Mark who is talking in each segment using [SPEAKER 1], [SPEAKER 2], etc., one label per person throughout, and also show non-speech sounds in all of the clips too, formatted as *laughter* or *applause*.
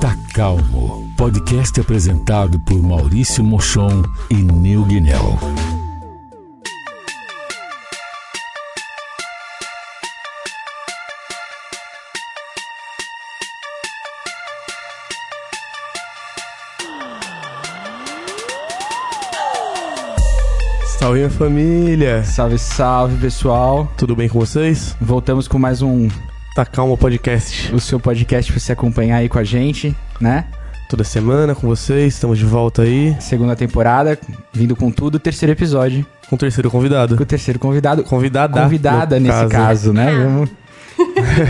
[SPEAKER 1] Tá Calmo, podcast apresentado por Maurício Mochon e Neil Guinel.
[SPEAKER 2] Salve família!
[SPEAKER 3] Salve, salve, pessoal.
[SPEAKER 2] Tudo bem com vocês?
[SPEAKER 3] Voltamos com mais um
[SPEAKER 2] Tá calmo podcast
[SPEAKER 3] o seu podcast pra você acompanhar aí com a gente, né?
[SPEAKER 2] toda semana com vocês, estamos de volta aí
[SPEAKER 3] Segunda temporada, vindo com tudo, terceiro episódio,
[SPEAKER 2] com o terceiro convidado.
[SPEAKER 3] com o terceiro convidado.
[SPEAKER 2] Convidada.
[SPEAKER 3] Convidada
[SPEAKER 2] no
[SPEAKER 3] nesse caso, né? *laughs* Vamos-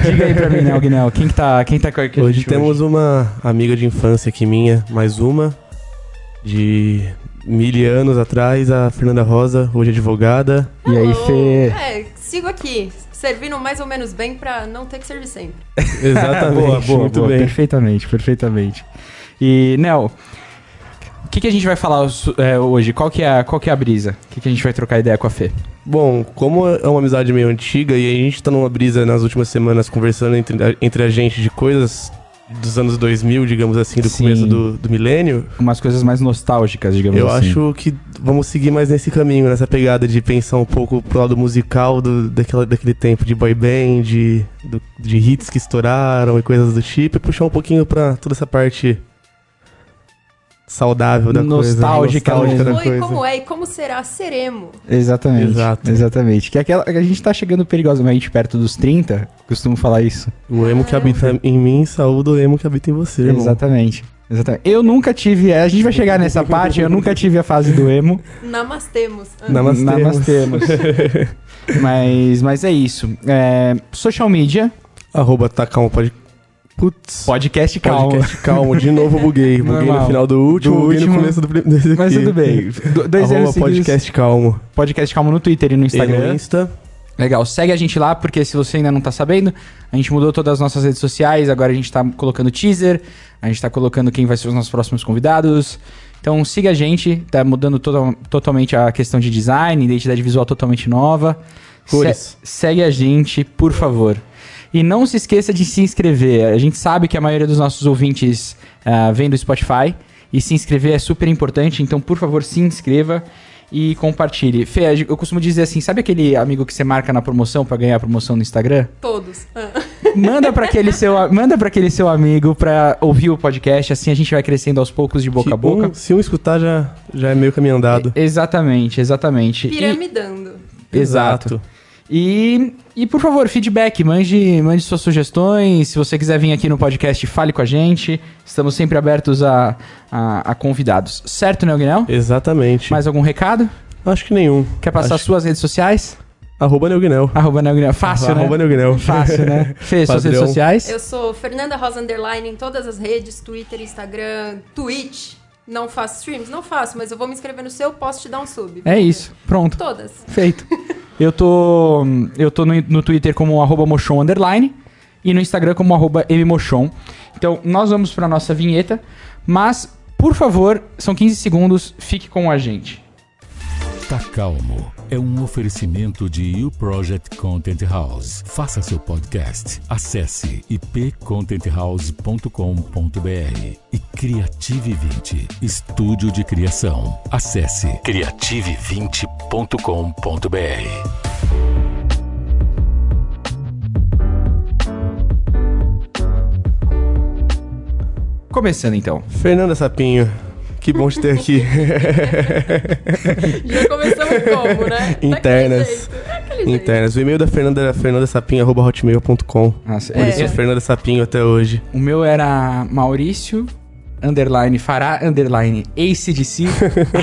[SPEAKER 3] Diga aí pra mim, né, Guinel, quem que tá, quem tá com a gente
[SPEAKER 2] Hoje temos uma amiga de infância aqui minha, mais uma, de mil anos atrás, a Fernanda Rosa, hoje advogada.
[SPEAKER 3] *laughs* E aí,
[SPEAKER 4] Alô?
[SPEAKER 3] Fê?
[SPEAKER 4] É, sigo aqui, servindo mais ou menos bem pra não ter que servir sempre.
[SPEAKER 2] Exatamente,
[SPEAKER 3] É, boa, boa,
[SPEAKER 2] muito
[SPEAKER 3] boa,
[SPEAKER 2] bem.
[SPEAKER 3] Perfeitamente, perfeitamente. E, Nel, o que, que a gente vai falar su- é, hoje? Qual que, é a, qual que é a brisa? O que, que a gente vai trocar ideia com a Fê?
[SPEAKER 2] Bom, como é uma amizade meio antiga e a gente tá numa brisa nas últimas semanas conversando entre a, entre a gente de coisas dos anos 2000, digamos assim, do
[SPEAKER 3] Sim.
[SPEAKER 2] começo do, do milênio,
[SPEAKER 3] Umas coisas mais nostálgicas, digamos
[SPEAKER 2] eu
[SPEAKER 3] assim.
[SPEAKER 2] acho que vamos seguir mais nesse caminho, nessa pegada de pensar um pouco pro lado musical do, daquela, daquele tempo de boy band, de, do- de hits que estouraram e coisas do tipo, e puxar um pouquinho pra toda essa parte saudável da
[SPEAKER 3] Nostálgica
[SPEAKER 2] coisa.
[SPEAKER 3] mesmo.
[SPEAKER 2] da
[SPEAKER 4] Foi,
[SPEAKER 2] coisa.
[SPEAKER 4] como é e como será, seremos.
[SPEAKER 3] Exatamente.
[SPEAKER 2] Exato.
[SPEAKER 3] Exatamente. Que é aquela, a gente tá chegando perigosamente perto dos 30, costumo falar isso.
[SPEAKER 2] O emo que
[SPEAKER 4] Ah.
[SPEAKER 2] habita em mim, saúde o emo que habita em você, irmão.
[SPEAKER 3] Exatamente. Exatamente. Eu nunca tive, é, a gente vai chegar nessa parte, eu nunca tive a fase
[SPEAKER 2] *laughs*
[SPEAKER 3] do emo.
[SPEAKER 4] Namastemos. Ah,
[SPEAKER 2] Namastê. *laughs*
[SPEAKER 3] Namastemos. mas, mas é isso. É, social media,
[SPEAKER 2] Arroba tá calmo, pode... Putz.
[SPEAKER 3] podcast calmo.
[SPEAKER 2] Podcast calmo. De novo buguei. Buguei
[SPEAKER 3] Normal.
[SPEAKER 2] no final do último,
[SPEAKER 3] Do
[SPEAKER 2] buguei
[SPEAKER 3] último.
[SPEAKER 2] no começo do prim- desse
[SPEAKER 3] Mas
[SPEAKER 2] aqui.
[SPEAKER 3] tudo bem.
[SPEAKER 2] *laughs*
[SPEAKER 3] Do- Dois
[SPEAKER 2] Arroba
[SPEAKER 3] anos podcast.
[SPEAKER 2] podcast é calmo.
[SPEAKER 3] podcast calmo no Twitter e no
[SPEAKER 2] E
[SPEAKER 3] Instagram.
[SPEAKER 2] no Insta.
[SPEAKER 3] Legal, segue a gente lá, porque se você ainda não tá sabendo, a gente mudou todas as nossas redes sociais, agora a gente tá colocando teaser, a gente tá colocando quem vai ser os nossos próximos convidados. Então siga a gente, tá mudando toda- totalmente a questão de design, identidade visual totalmente nova.
[SPEAKER 2] Cores.
[SPEAKER 3] segue a gente, por favor. E não se esqueça de se inscrever. A gente sabe que a maioria dos nossos ouvintes ah, vem do Spotify. E se inscrever é super importante, então por favor se inscreva e compartilhe. Fê, a gen- eu costumo dizer assim, sabe aquele amigo que você marca na promoção pra ganhar a promoção no Instagram?
[SPEAKER 4] Todos. Ah,
[SPEAKER 3] Manda pra aquele seu, a- manda para aquele seu amigo pra ouvir o podcast, assim a gente vai crescendo aos poucos de boca
[SPEAKER 2] Que
[SPEAKER 3] a boca.
[SPEAKER 2] um- se um escutar, já, já é meio caminho andado.
[SPEAKER 3] Exatamente, exatamente. E-
[SPEAKER 4] piramidando.
[SPEAKER 3] Exato. E, e por favor, feedback, mande, mande suas sugestões. Se você quiser vir aqui no podcast, fale com a gente. Estamos sempre abertos a, a, a convidados. Certo, né, Guinel?
[SPEAKER 2] Exatamente.
[SPEAKER 3] Mais algum recado?
[SPEAKER 2] Acho que nenhum.
[SPEAKER 3] Quer passar
[SPEAKER 2] Acho...
[SPEAKER 3] suas redes sociais?
[SPEAKER 2] Arroba Neuguinel.
[SPEAKER 3] Arroba Neo Guinel. Fácil,
[SPEAKER 2] Arroba
[SPEAKER 3] né?
[SPEAKER 2] Neuguinel. *laughs*
[SPEAKER 3] Fácil, né? Fê, suas redes
[SPEAKER 2] Padrão.
[SPEAKER 3] sociais?
[SPEAKER 4] Eu sou Fernanda Rosa Underline em todas as redes, Twitter, Instagram, Twitch. Não faço streams? Não faço, mas eu vou me inscrever no seu, posso te dar um sub.
[SPEAKER 3] É isso. Pronto.
[SPEAKER 4] Todas.
[SPEAKER 3] Feito. Eu tô, eu tô no, no Twitter como arroba mochon underline e no Instagram como arroba mmochon. Então, nós vamos pra nossa vinheta, mas, por favor, são 15 segundos, fique com a gente.
[SPEAKER 1] Tá Calmo é um oferecimento de U Project Content House. Faça seu podcast. Acesse ipcontenthouse.com.br e Creative 20, estúdio de criação. Acesse creative20.com.br.
[SPEAKER 3] Começando, então.
[SPEAKER 2] Fernanda Sapinho. Que bom te ter aqui.
[SPEAKER 4] Já começamos como, né? Daquele
[SPEAKER 2] Internas.
[SPEAKER 4] jeito. É aquele jeito.
[SPEAKER 2] Internas. O e-mail da Fernanda era fernandasapinho.hotmail.com.
[SPEAKER 3] Nossa,
[SPEAKER 2] Por
[SPEAKER 3] é-
[SPEAKER 2] isso, Fernanda Sapinho até hoje.
[SPEAKER 3] O meu era Maurício, underline fará, underline acdc,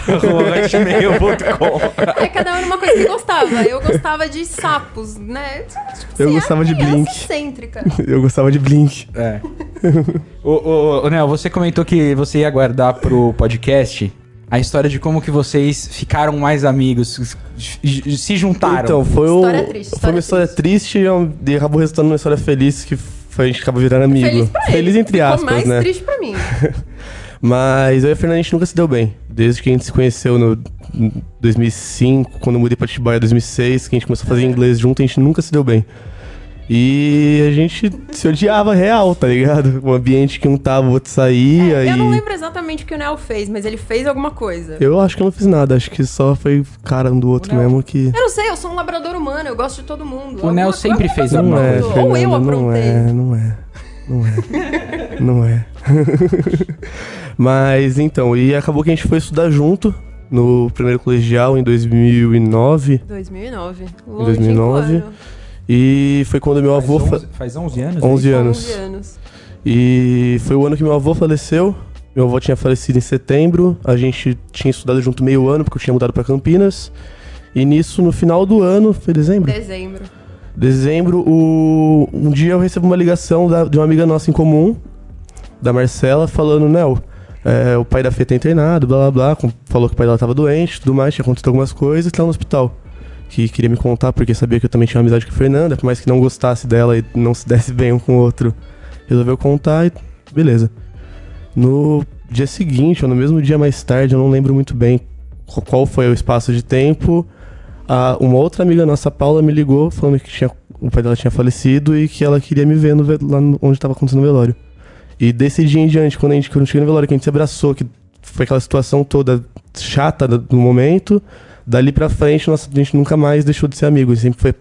[SPEAKER 3] arroba hotmail.com.
[SPEAKER 4] É, cada um era uma coisa que gostava. Eu gostava de sapos, né? Tipo
[SPEAKER 2] Eu
[SPEAKER 4] assim,
[SPEAKER 2] gostava
[SPEAKER 4] a
[SPEAKER 2] de
[SPEAKER 4] criança
[SPEAKER 2] Blink.
[SPEAKER 4] excêntrica.
[SPEAKER 2] Eu gostava de Blink.
[SPEAKER 3] É. *laughs* ô, ô, ô, Nel, você comentou que você ia aguardar pro podcast a história de como que vocês ficaram mais amigos, se se juntaram.
[SPEAKER 2] Então, foi
[SPEAKER 4] História
[SPEAKER 2] o...
[SPEAKER 4] triste,
[SPEAKER 2] foi uma história
[SPEAKER 4] história
[SPEAKER 2] triste, e acabou resultando numa história feliz que foi, a gente acabou virando amigo.
[SPEAKER 4] Feliz pra ele.
[SPEAKER 2] entre
[SPEAKER 4] Ficou
[SPEAKER 2] aspas,
[SPEAKER 4] mais
[SPEAKER 2] né?
[SPEAKER 4] triste pra mim.
[SPEAKER 2] Mas eu e a Fernanda a gente nunca se deu bem. Desde que a gente se conheceu no em 2005, quando eu mudei pra Tibaia em 2006, que a gente começou a fazer inglês junto, a gente nunca se deu bem. E a gente se odiava real, tá ligado? O ambiente que um tava, o outro saía.
[SPEAKER 4] É,
[SPEAKER 2] *laughs*
[SPEAKER 4] Eu
[SPEAKER 2] e...
[SPEAKER 4] não lembro exatamente o que o Neo fez, mas ele fez alguma coisa. Eu...
[SPEAKER 2] Eu acho que eu não fiz nada, acho que só foi cara um do outro mesmo que.
[SPEAKER 4] não sei, eu sou um labrador humano, eu gosto de todo mundo.
[SPEAKER 3] O Neo sempre
[SPEAKER 4] alguma
[SPEAKER 3] fez
[SPEAKER 4] coisa
[SPEAKER 2] Não
[SPEAKER 3] alguma
[SPEAKER 2] é,
[SPEAKER 4] eu apronto, Ou eu
[SPEAKER 2] Fernanda, não é,
[SPEAKER 4] aprontei.
[SPEAKER 2] não é. Não é. Não é. *laughs* Mas então, e acabou que a gente foi estudar junto no primeiro colegial em 2009.
[SPEAKER 4] 2009. Longe
[SPEAKER 2] 2009.
[SPEAKER 4] em quando?
[SPEAKER 2] E foi quando meu avô. fa-
[SPEAKER 3] Faz 11 anos? é
[SPEAKER 2] 11
[SPEAKER 4] São
[SPEAKER 2] anos.
[SPEAKER 4] 11 anos.
[SPEAKER 2] E foi o ano que meu avô faleceu. Meu avô tinha falecido em setembro. A gente tinha estudado junto meio ano, porque eu tinha mudado pra Campinas. E nisso, no final do ano, foi dezembro?
[SPEAKER 4] Dezembro.
[SPEAKER 2] Dezembro, o... um dia eu recebo uma ligação da- de uma amiga nossa em comum, da Marcela, falando, Nel, é, o pai da Fê tá internado, blá blá blá, com- falou que o pai dela tava doente, tudo mais, tinha acontecido algumas coisas, tá no hospital. Que queria me contar, porque sabia que eu também tinha uma amizade com a Fernanda, por mais que não gostasse dela e não se desse bem um com o outro. Resolveu contar e beleza. No dia seguinte, ou no mesmo dia mais tarde, eu não lembro muito bem qu- qual foi o espaço de tempo, a- uma outra amiga nossa, a Paula, me ligou falando que tinha- o pai dela tinha falecido e que ela queria me ver no ve- lá no- onde estava acontecendo o velório. E desse dia em diante, quando a gente quando eu cheguei no velório, que a gente se abraçou, que foi aquela situação toda chata do, do momento, dali pra frente, nossa, a gente nunca mais deixou de ser amigo, a gente sempre foi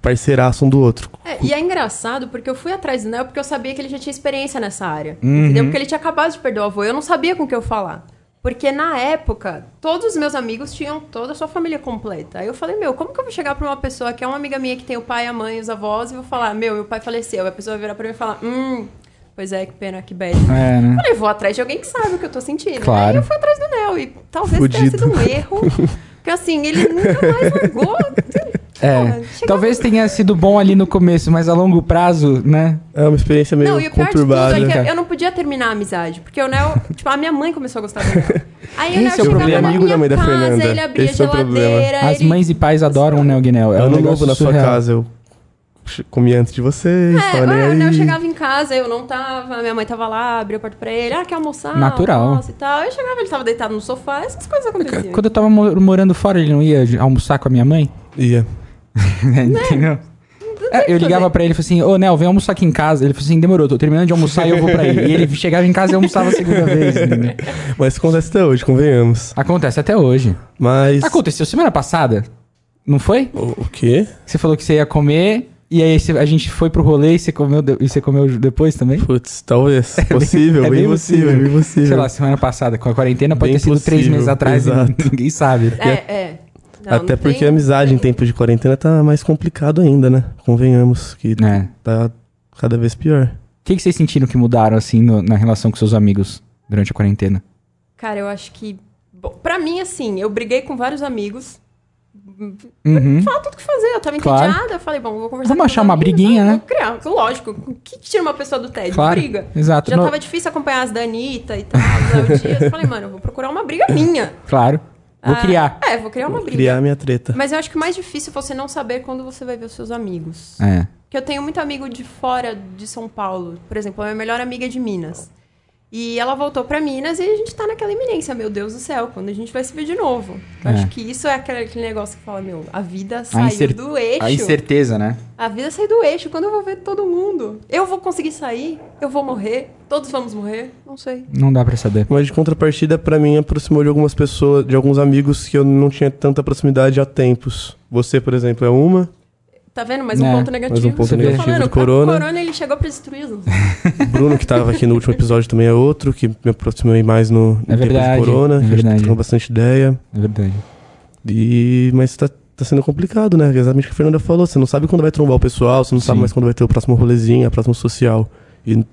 [SPEAKER 2] parceiraço um do outro.
[SPEAKER 4] É, e é engraçado porque eu fui atrás do Neo porque eu sabia que ele já tinha experiência nessa área.
[SPEAKER 3] Uhum.
[SPEAKER 4] Entendeu? Porque ele tinha acabado de perder o avô. Eu não sabia com o que eu falar. Porque na época, todos os meus amigos tinham toda a sua família completa. Aí eu falei, meu, como que eu vou chegar pra uma pessoa que é uma amiga minha que tem o pai, a mãe, os avós, e vou falar, meu, meu pai faleceu. Aí a pessoa vai virar pra mim e falar, hum, pois é, que pena, que bad.
[SPEAKER 3] É, né?
[SPEAKER 4] Eu falei, vou atrás de alguém que sabe o que eu tô sentindo.
[SPEAKER 3] Claro.
[SPEAKER 4] Aí eu fui atrás do Neo e talvez tenha
[SPEAKER 2] Fudido.
[SPEAKER 4] sido um erro. Porque assim, ele nunca mais largou.
[SPEAKER 3] *laughs* É. Talvez tenha sido bom ali no começo, mas a longo prazo, né?
[SPEAKER 2] É uma experiência meio
[SPEAKER 4] Não, e o pior de tudo
[SPEAKER 2] conturbada. né,
[SPEAKER 4] é que
[SPEAKER 3] Cara.
[SPEAKER 4] eu não podia terminar a amizade, porque
[SPEAKER 2] *laughs*
[SPEAKER 4] o Neo, tipo, a minha mãe começou a gostar do Neo. Aí o Neo
[SPEAKER 3] Esse é o
[SPEAKER 4] chegava
[SPEAKER 3] problema.
[SPEAKER 4] na
[SPEAKER 2] Amigo da
[SPEAKER 4] minha
[SPEAKER 2] mãe da
[SPEAKER 4] casa,
[SPEAKER 2] Fernanda.
[SPEAKER 4] ele abria a
[SPEAKER 2] Esse é o problema.
[SPEAKER 4] geladeira,
[SPEAKER 3] As
[SPEAKER 4] ele...
[SPEAKER 3] mães e pais adoram o Neo Guinel. É um
[SPEAKER 2] ano
[SPEAKER 3] negócio
[SPEAKER 2] novo na sua
[SPEAKER 3] surreal.
[SPEAKER 2] casa, eu che- comia antes de vocês,
[SPEAKER 4] É,
[SPEAKER 2] tava nem
[SPEAKER 4] ah, o
[SPEAKER 2] né, aí.
[SPEAKER 4] Neo chegava em casa, eu não tava, minha mãe tava lá, abriu a porta pra ele, ah, quer almoçar?
[SPEAKER 3] Natural. É,
[SPEAKER 4] almoça e tal. Eu chegava, ele tava deitado no sofá, essas coisas aconteciam.
[SPEAKER 3] Quando eu tava mo- morando fora, ele não ia j- almoçar com a minha mãe?
[SPEAKER 2] Ia.
[SPEAKER 3] *laughs* Né,
[SPEAKER 4] Né?
[SPEAKER 3] Entendeu? É, eu ligava pra ele e falei assim, ô Nel, vem almoçar aqui em casa. Ele falou assim, demorou, tô terminando de almoçar e eu vou pra ele. E
[SPEAKER 4] *laughs*
[SPEAKER 3] ele chegava em casa e almoçava a segunda vez. entendeu?
[SPEAKER 2] Mas isso acontece até hoje, convenhamos.
[SPEAKER 3] Acontece até hoje.
[SPEAKER 2] Mas.
[SPEAKER 3] Aconteceu semana passada, não foi?
[SPEAKER 2] O o quê?
[SPEAKER 3] Você falou que você ia comer, e aí você- a gente foi pro rolê e você comeu, de- e você comeu depois também?
[SPEAKER 2] Putz, talvez. Possível,
[SPEAKER 3] é
[SPEAKER 2] bem,
[SPEAKER 3] bem
[SPEAKER 2] possível,
[SPEAKER 3] possível.
[SPEAKER 2] bem possível.
[SPEAKER 3] Sei lá, semana passada, com a quarentena, pode
[SPEAKER 2] Bem
[SPEAKER 3] ter sido três
[SPEAKER 2] possível,
[SPEAKER 3] meses atrás
[SPEAKER 2] exato.
[SPEAKER 3] e *laughs* ninguém sabe.
[SPEAKER 4] É, é. Não,
[SPEAKER 2] Até
[SPEAKER 4] não
[SPEAKER 2] porque
[SPEAKER 4] tem-
[SPEAKER 2] a amizade em tempo de quarentena tá mais complicado ainda, né? Convenhamos que
[SPEAKER 3] É.
[SPEAKER 2] tá cada vez pior.
[SPEAKER 3] O que, que vocês sentiram que mudaram, assim, no- na relação com seus amigos durante a quarentena?
[SPEAKER 4] Cara, eu acho que... Bom, pra mim, assim, eu briguei com vários amigos,
[SPEAKER 3] Uhum.
[SPEAKER 4] falar tudo o que fazer. Eu tava
[SPEAKER 3] Claro.
[SPEAKER 4] entediada, eu falei, bom, vou conversar
[SPEAKER 3] Vamos
[SPEAKER 4] com
[SPEAKER 3] achar
[SPEAKER 4] meus
[SPEAKER 3] uma
[SPEAKER 4] amigos,
[SPEAKER 3] briguinha,
[SPEAKER 4] vamos
[SPEAKER 3] né?
[SPEAKER 4] Criar, lógico. O que, que tira uma pessoa do tédio?
[SPEAKER 3] Claro.
[SPEAKER 4] Briga.
[SPEAKER 3] Exato.
[SPEAKER 4] Já
[SPEAKER 3] No-
[SPEAKER 4] tava difícil acompanhar as da Anitta e tal, os Léo Dias. Eu falei, mano, eu vou procurar uma briga minha.
[SPEAKER 3] Claro. Vou
[SPEAKER 4] Ah,
[SPEAKER 3] criar.
[SPEAKER 4] É, vou criar uma
[SPEAKER 2] Vou
[SPEAKER 4] briga.
[SPEAKER 2] Criar minha treta.
[SPEAKER 4] Mas eu acho que o mais difícil é você não saber quando você vai ver os seus amigos.
[SPEAKER 3] É.
[SPEAKER 4] Porque eu tenho muito amigo de fora de São Paulo. Por exemplo, a minha melhor amiga é de Minas. E ela voltou pra Minas e a gente tá naquela iminência, meu Deus do céu, quando a gente vai se ver de novo. Eu
[SPEAKER 3] É.
[SPEAKER 4] Acho que isso é aquele, aquele negócio que fala, meu, a vida saiu
[SPEAKER 3] incer-
[SPEAKER 4] do eixo.
[SPEAKER 3] A incerteza, né?
[SPEAKER 4] A vida sai do eixo. Quando eu vou ver todo mundo? Eu vou conseguir sair? Eu vou morrer? Todos vamos morrer? Não sei.
[SPEAKER 3] Não dá pra saber.
[SPEAKER 2] Mas de contrapartida, pra mim, aproximou de algumas pessoas, de alguns amigos que eu não tinha tanta proximidade há tempos. Você, por exemplo, é uma.
[SPEAKER 4] Tá vendo? Mais um
[SPEAKER 3] É,
[SPEAKER 4] ponto negativo.
[SPEAKER 2] mais um ponto
[SPEAKER 4] Tô
[SPEAKER 2] negativo
[SPEAKER 4] falando,
[SPEAKER 2] do
[SPEAKER 4] o próprio
[SPEAKER 2] corona.
[SPEAKER 4] corona, ele chegou pra destruir
[SPEAKER 2] *laughs*
[SPEAKER 4] os
[SPEAKER 2] Bruno, que tava aqui no último episódio, também é outro, que me aproximei mais no, no
[SPEAKER 3] É verdade,
[SPEAKER 2] tempo de corona,
[SPEAKER 3] é
[SPEAKER 2] que a gente
[SPEAKER 3] verdade.
[SPEAKER 2] trocou bastante ideia.
[SPEAKER 3] É verdade.
[SPEAKER 2] E, mas tá, tá sendo complicado, né? Exatamente o que a Fernanda falou. Você não sabe quando vai trombar o pessoal, você não sabe
[SPEAKER 3] Sim.
[SPEAKER 2] mais quando vai ter o próximo rolezinho, a próxima social. E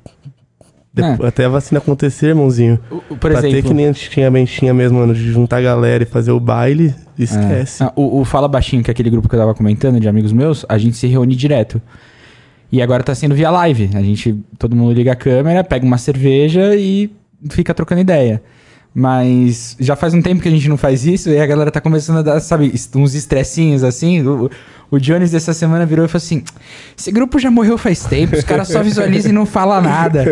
[SPEAKER 2] de-
[SPEAKER 3] É.
[SPEAKER 2] até a vacina acontecer, irmãozinho.
[SPEAKER 3] por
[SPEAKER 2] pra ter que
[SPEAKER 3] exemplo...
[SPEAKER 2] nem antigamente tinha mesmo, mano, de juntar a galera e fazer o baile, esquece.
[SPEAKER 3] Ah, o, o Fala Baixinho, que é aquele grupo que eu tava comentando de amigos meus, a gente se reúne direto. E agora tá sendo via live. A gente, todo mundo liga a câmera, pega uma cerveja e fica trocando ideia. Mas já faz um tempo que a gente não faz isso e a galera tá começando a dar, sabe, est- uns estressinhos assim. O, o Jones dessa semana virou e falou assim: esse grupo já morreu faz tempo, os caras só visualizam e não falam nada.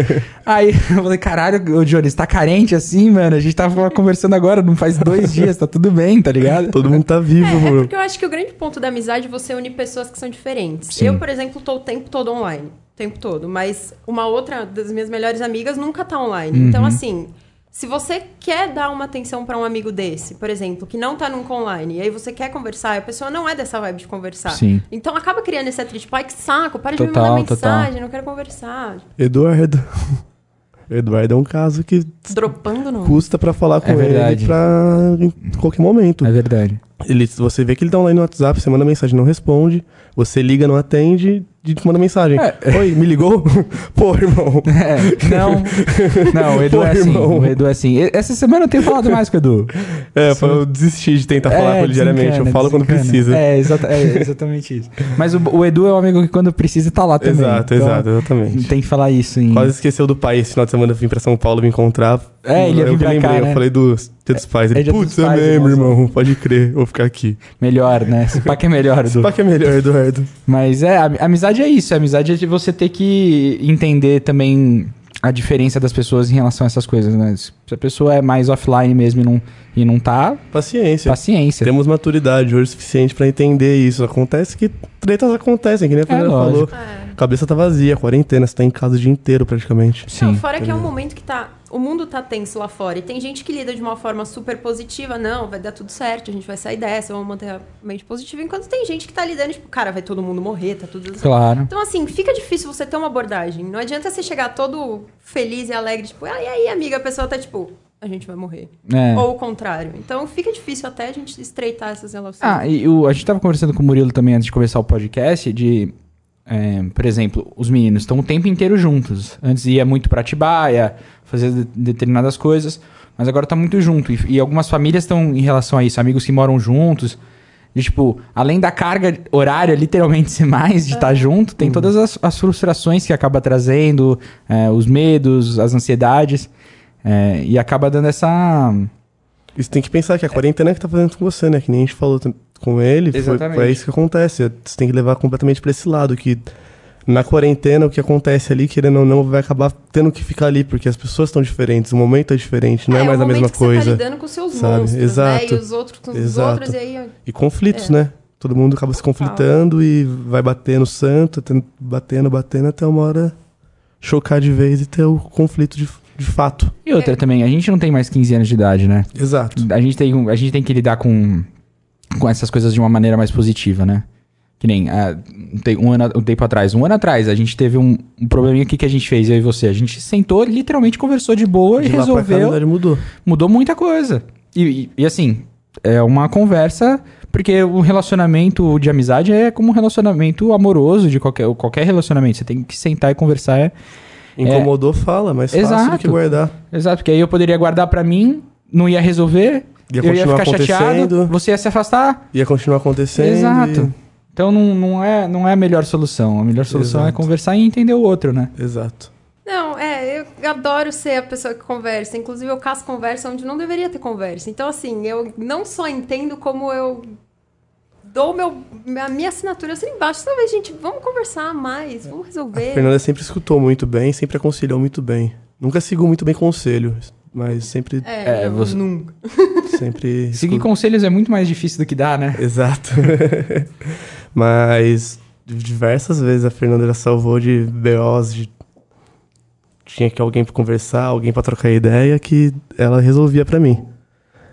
[SPEAKER 3] Aí eu falei: caralho, o Jones, tá carente assim, mano? A gente tava conversando agora, não faz dois dias, tá tudo bem, tá ligado?
[SPEAKER 2] Todo mundo tá vivo,
[SPEAKER 4] É, é
[SPEAKER 2] mano.
[SPEAKER 4] porque eu acho que o grande ponto da amizade é você unir pessoas que são diferentes.
[SPEAKER 3] Sim.
[SPEAKER 4] Eu, por exemplo, tô o tempo todo online. O tempo todo. Mas uma outra das minhas melhores amigas nunca tá online.
[SPEAKER 2] Uhum.
[SPEAKER 4] Então, assim, se você quer dar uma atenção pra um amigo desse, por exemplo, que não tá nunca online, e aí você quer conversar, e a pessoa não é dessa vibe de conversar.
[SPEAKER 3] Sim.
[SPEAKER 4] Então acaba criando esse atrito. Tipo, ai, que saco, para de me
[SPEAKER 3] Total,
[SPEAKER 4] mandar
[SPEAKER 3] total.
[SPEAKER 4] mensagem, não quero conversar.
[SPEAKER 2] Eduardo. *laughs* Eduardo é um caso que
[SPEAKER 4] Tipo, Dropando não.
[SPEAKER 2] custa pra falar com
[SPEAKER 3] É verdade.
[SPEAKER 2] ele pra em qualquer momento.
[SPEAKER 3] É verdade.
[SPEAKER 2] Ele, você vê que ele tá online no WhatsApp, você manda mensagem, não responde. Você liga, não atende, e te manda mensagem.
[SPEAKER 3] É.
[SPEAKER 2] Oi, me
[SPEAKER 3] *laughs*
[SPEAKER 2] ligou? Pô, irmão.
[SPEAKER 3] *laughs* É, não. Não, o Edu
[SPEAKER 2] Pô,
[SPEAKER 3] é assim.
[SPEAKER 2] irmão.
[SPEAKER 3] O Edu é assim. E- Essa semana eu tenho falado mais com o Edu.
[SPEAKER 2] É, eu falo- eu desisti de tentar falar com ele diariamente. Eu
[SPEAKER 3] É, desencana,
[SPEAKER 2] falo quando
[SPEAKER 3] desencana.
[SPEAKER 2] precisa.
[SPEAKER 3] É, exata- é exatamente isso. Mas o, o Edu é um amigo que quando precisa tá lá também.
[SPEAKER 2] exato,
[SPEAKER 3] Então,
[SPEAKER 2] exato, exatamente.
[SPEAKER 3] Tem que falar isso em.
[SPEAKER 2] Quase esqueceu do pai esse final de semana, eu vim pra São Paulo me encontrar.
[SPEAKER 3] É, ele ia
[SPEAKER 2] eu
[SPEAKER 3] vir
[SPEAKER 2] que
[SPEAKER 3] pra cá,
[SPEAKER 2] lembrei,
[SPEAKER 3] né?
[SPEAKER 2] eu falei do dia dos pais. Ele,
[SPEAKER 3] é dia dos
[SPEAKER 2] putz, é
[SPEAKER 3] pais,
[SPEAKER 2] mesmo,
[SPEAKER 3] irmãozão."
[SPEAKER 2] irmão, pode crer, vou ficar aqui.
[SPEAKER 3] Melhor, né? Esse pack é melhor,
[SPEAKER 2] Esse
[SPEAKER 3] Edu.
[SPEAKER 2] pack é melhor, Eduardo.
[SPEAKER 3] Mas é, a a amizade é isso. A amizade é de você ter que entender também a diferença das pessoas em relação a essas coisas, né? Se a pessoa é mais offline mesmo e não, e não tá,
[SPEAKER 2] Paciência.
[SPEAKER 3] paciência.
[SPEAKER 2] Temos maturidade hoje suficiente pra entender isso. Acontece que tretas acontecem, que nem a Fernanda falou.
[SPEAKER 3] lógico.
[SPEAKER 4] É.
[SPEAKER 2] Cabeça tá vazia, quarentena, você tá em casa o dia inteiro praticamente.
[SPEAKER 4] Não,
[SPEAKER 3] Sim.
[SPEAKER 4] fora que é um momento que tá. O mundo tá tenso lá fora. E tem gente que lida de uma forma super positiva. Não, vai dar tudo certo, a gente vai sair dessa, vamos manter a mente positiva. Enquanto tem gente que tá lidando, tipo, cara, vai todo mundo morrer, tá tudo.
[SPEAKER 3] Claro.
[SPEAKER 4] Então, assim, fica difícil você ter uma abordagem. Não adianta você chegar todo feliz e alegre, tipo, ah, e aí, amiga, a pessoa tá tipo, a gente vai morrer.
[SPEAKER 3] É.
[SPEAKER 4] Ou o contrário. Então fica difícil até a gente estreitar essas relações.
[SPEAKER 3] Ah, e o- a gente tava conversando com o Murilo também antes de começar o podcast de. é, por exemplo, os meninos estão o tempo inteiro juntos. Antes ia muito pra Atibaia, fazer de- determinadas coisas, mas agora tá muito junto. E, e algumas famílias estão em relação a isso, amigos que moram juntos. E, tipo, além da carga horária, literalmente, ser mais de estar junto, tem todas as, as frustrações que acaba trazendo, é, os medos, as ansiedades. é, e acaba dando essa.
[SPEAKER 2] Isso tem que pensar que a quarentena é que tá fazendo com você, né? Que nem a gente falou tam- com ele, foi,
[SPEAKER 3] Exatamente.
[SPEAKER 2] foi isso que acontece. Você tem que levar completamente pra esse lado, que na quarentena o que acontece ali, querendo ou não, vai acabar tendo que ficar ali, porque as pessoas estão diferentes, o momento é diferente, não é,
[SPEAKER 4] o
[SPEAKER 2] mais a
[SPEAKER 4] momento
[SPEAKER 2] mesma
[SPEAKER 4] que
[SPEAKER 2] coisa.
[SPEAKER 4] Você tá lidando com os seus
[SPEAKER 2] sabe?
[SPEAKER 4] monstros, né?
[SPEAKER 2] Exato.
[SPEAKER 4] E os outros com os
[SPEAKER 2] Exato.
[SPEAKER 4] outros, e aí.
[SPEAKER 2] E conflitos,
[SPEAKER 4] É.
[SPEAKER 2] né? Todo mundo acaba se conflitando e vai batendo santo, ten- batendo, batendo, até uma hora chocar de vez e ter o conflito de, de fato.
[SPEAKER 3] E outra É. também, a gente não tem mais 15 anos de idade, né?
[SPEAKER 2] Exato.
[SPEAKER 3] a gente tem, um, a gente tem que lidar com, com essas coisas de uma maneira mais positiva, né? Que nem ah, tem um, ano, um tempo atrás. Um ano atrás, a gente teve um, um probleminha aqui que a gente fez, eu e você. A gente sentou, literalmente conversou de boa e
[SPEAKER 2] De lá pra cá, né? a
[SPEAKER 3] resolveu.
[SPEAKER 2] realidade mudou.
[SPEAKER 3] Mudou muita coisa. E, e- e assim, é uma conversa. Porque o relacionamento de amizade é como um relacionamento amoroso de qualquer, qualquer relacionamento. Você tem que sentar e conversar. é-
[SPEAKER 2] Incomodou, fala, mas fácil do
[SPEAKER 3] Exato.
[SPEAKER 2] que guardar.
[SPEAKER 3] Exato, porque aí eu poderia guardar pra mim, não ia resolver,
[SPEAKER 2] Ia
[SPEAKER 3] eu ia
[SPEAKER 2] continuar
[SPEAKER 3] ficar chateado,
[SPEAKER 2] acontecendo.
[SPEAKER 3] você ia se afastar,
[SPEAKER 2] Ia continuar acontecendo.
[SPEAKER 3] Exato. Então não, não, é, não é a melhor solução. A melhor solução é
[SPEAKER 2] Exato.
[SPEAKER 3] conversar e entender o outro, né?
[SPEAKER 2] e- Exato.
[SPEAKER 4] Não, é, eu adoro ser a pessoa que conversa. Inclusive, eu caço conversa onde não deveria ter conversa. Então, assim, eu não só entendo como eu dou meu, a minha assinatura assim embaixo. Talvez, gente, vamos conversar mais, vamos
[SPEAKER 2] A
[SPEAKER 4] resolver.
[SPEAKER 2] Fernanda sempre escutou muito bem, sempre aconselhou muito bem. Nunca sigo muito bem conselhos, mas sempre.
[SPEAKER 3] *laughs*
[SPEAKER 4] É,
[SPEAKER 3] É,
[SPEAKER 4] eu
[SPEAKER 3] você-
[SPEAKER 4] nunca.
[SPEAKER 2] sempre
[SPEAKER 3] Seguir
[SPEAKER 2] escuto.
[SPEAKER 3] conselhos é muito mais difícil do que dá, né?
[SPEAKER 2] Exato. *laughs* mas diversas vezes a Fernanda já salvou de BOs, de. Tinha que alguém pra conversar, alguém pra trocar ideia, que ela resolvia pra mim.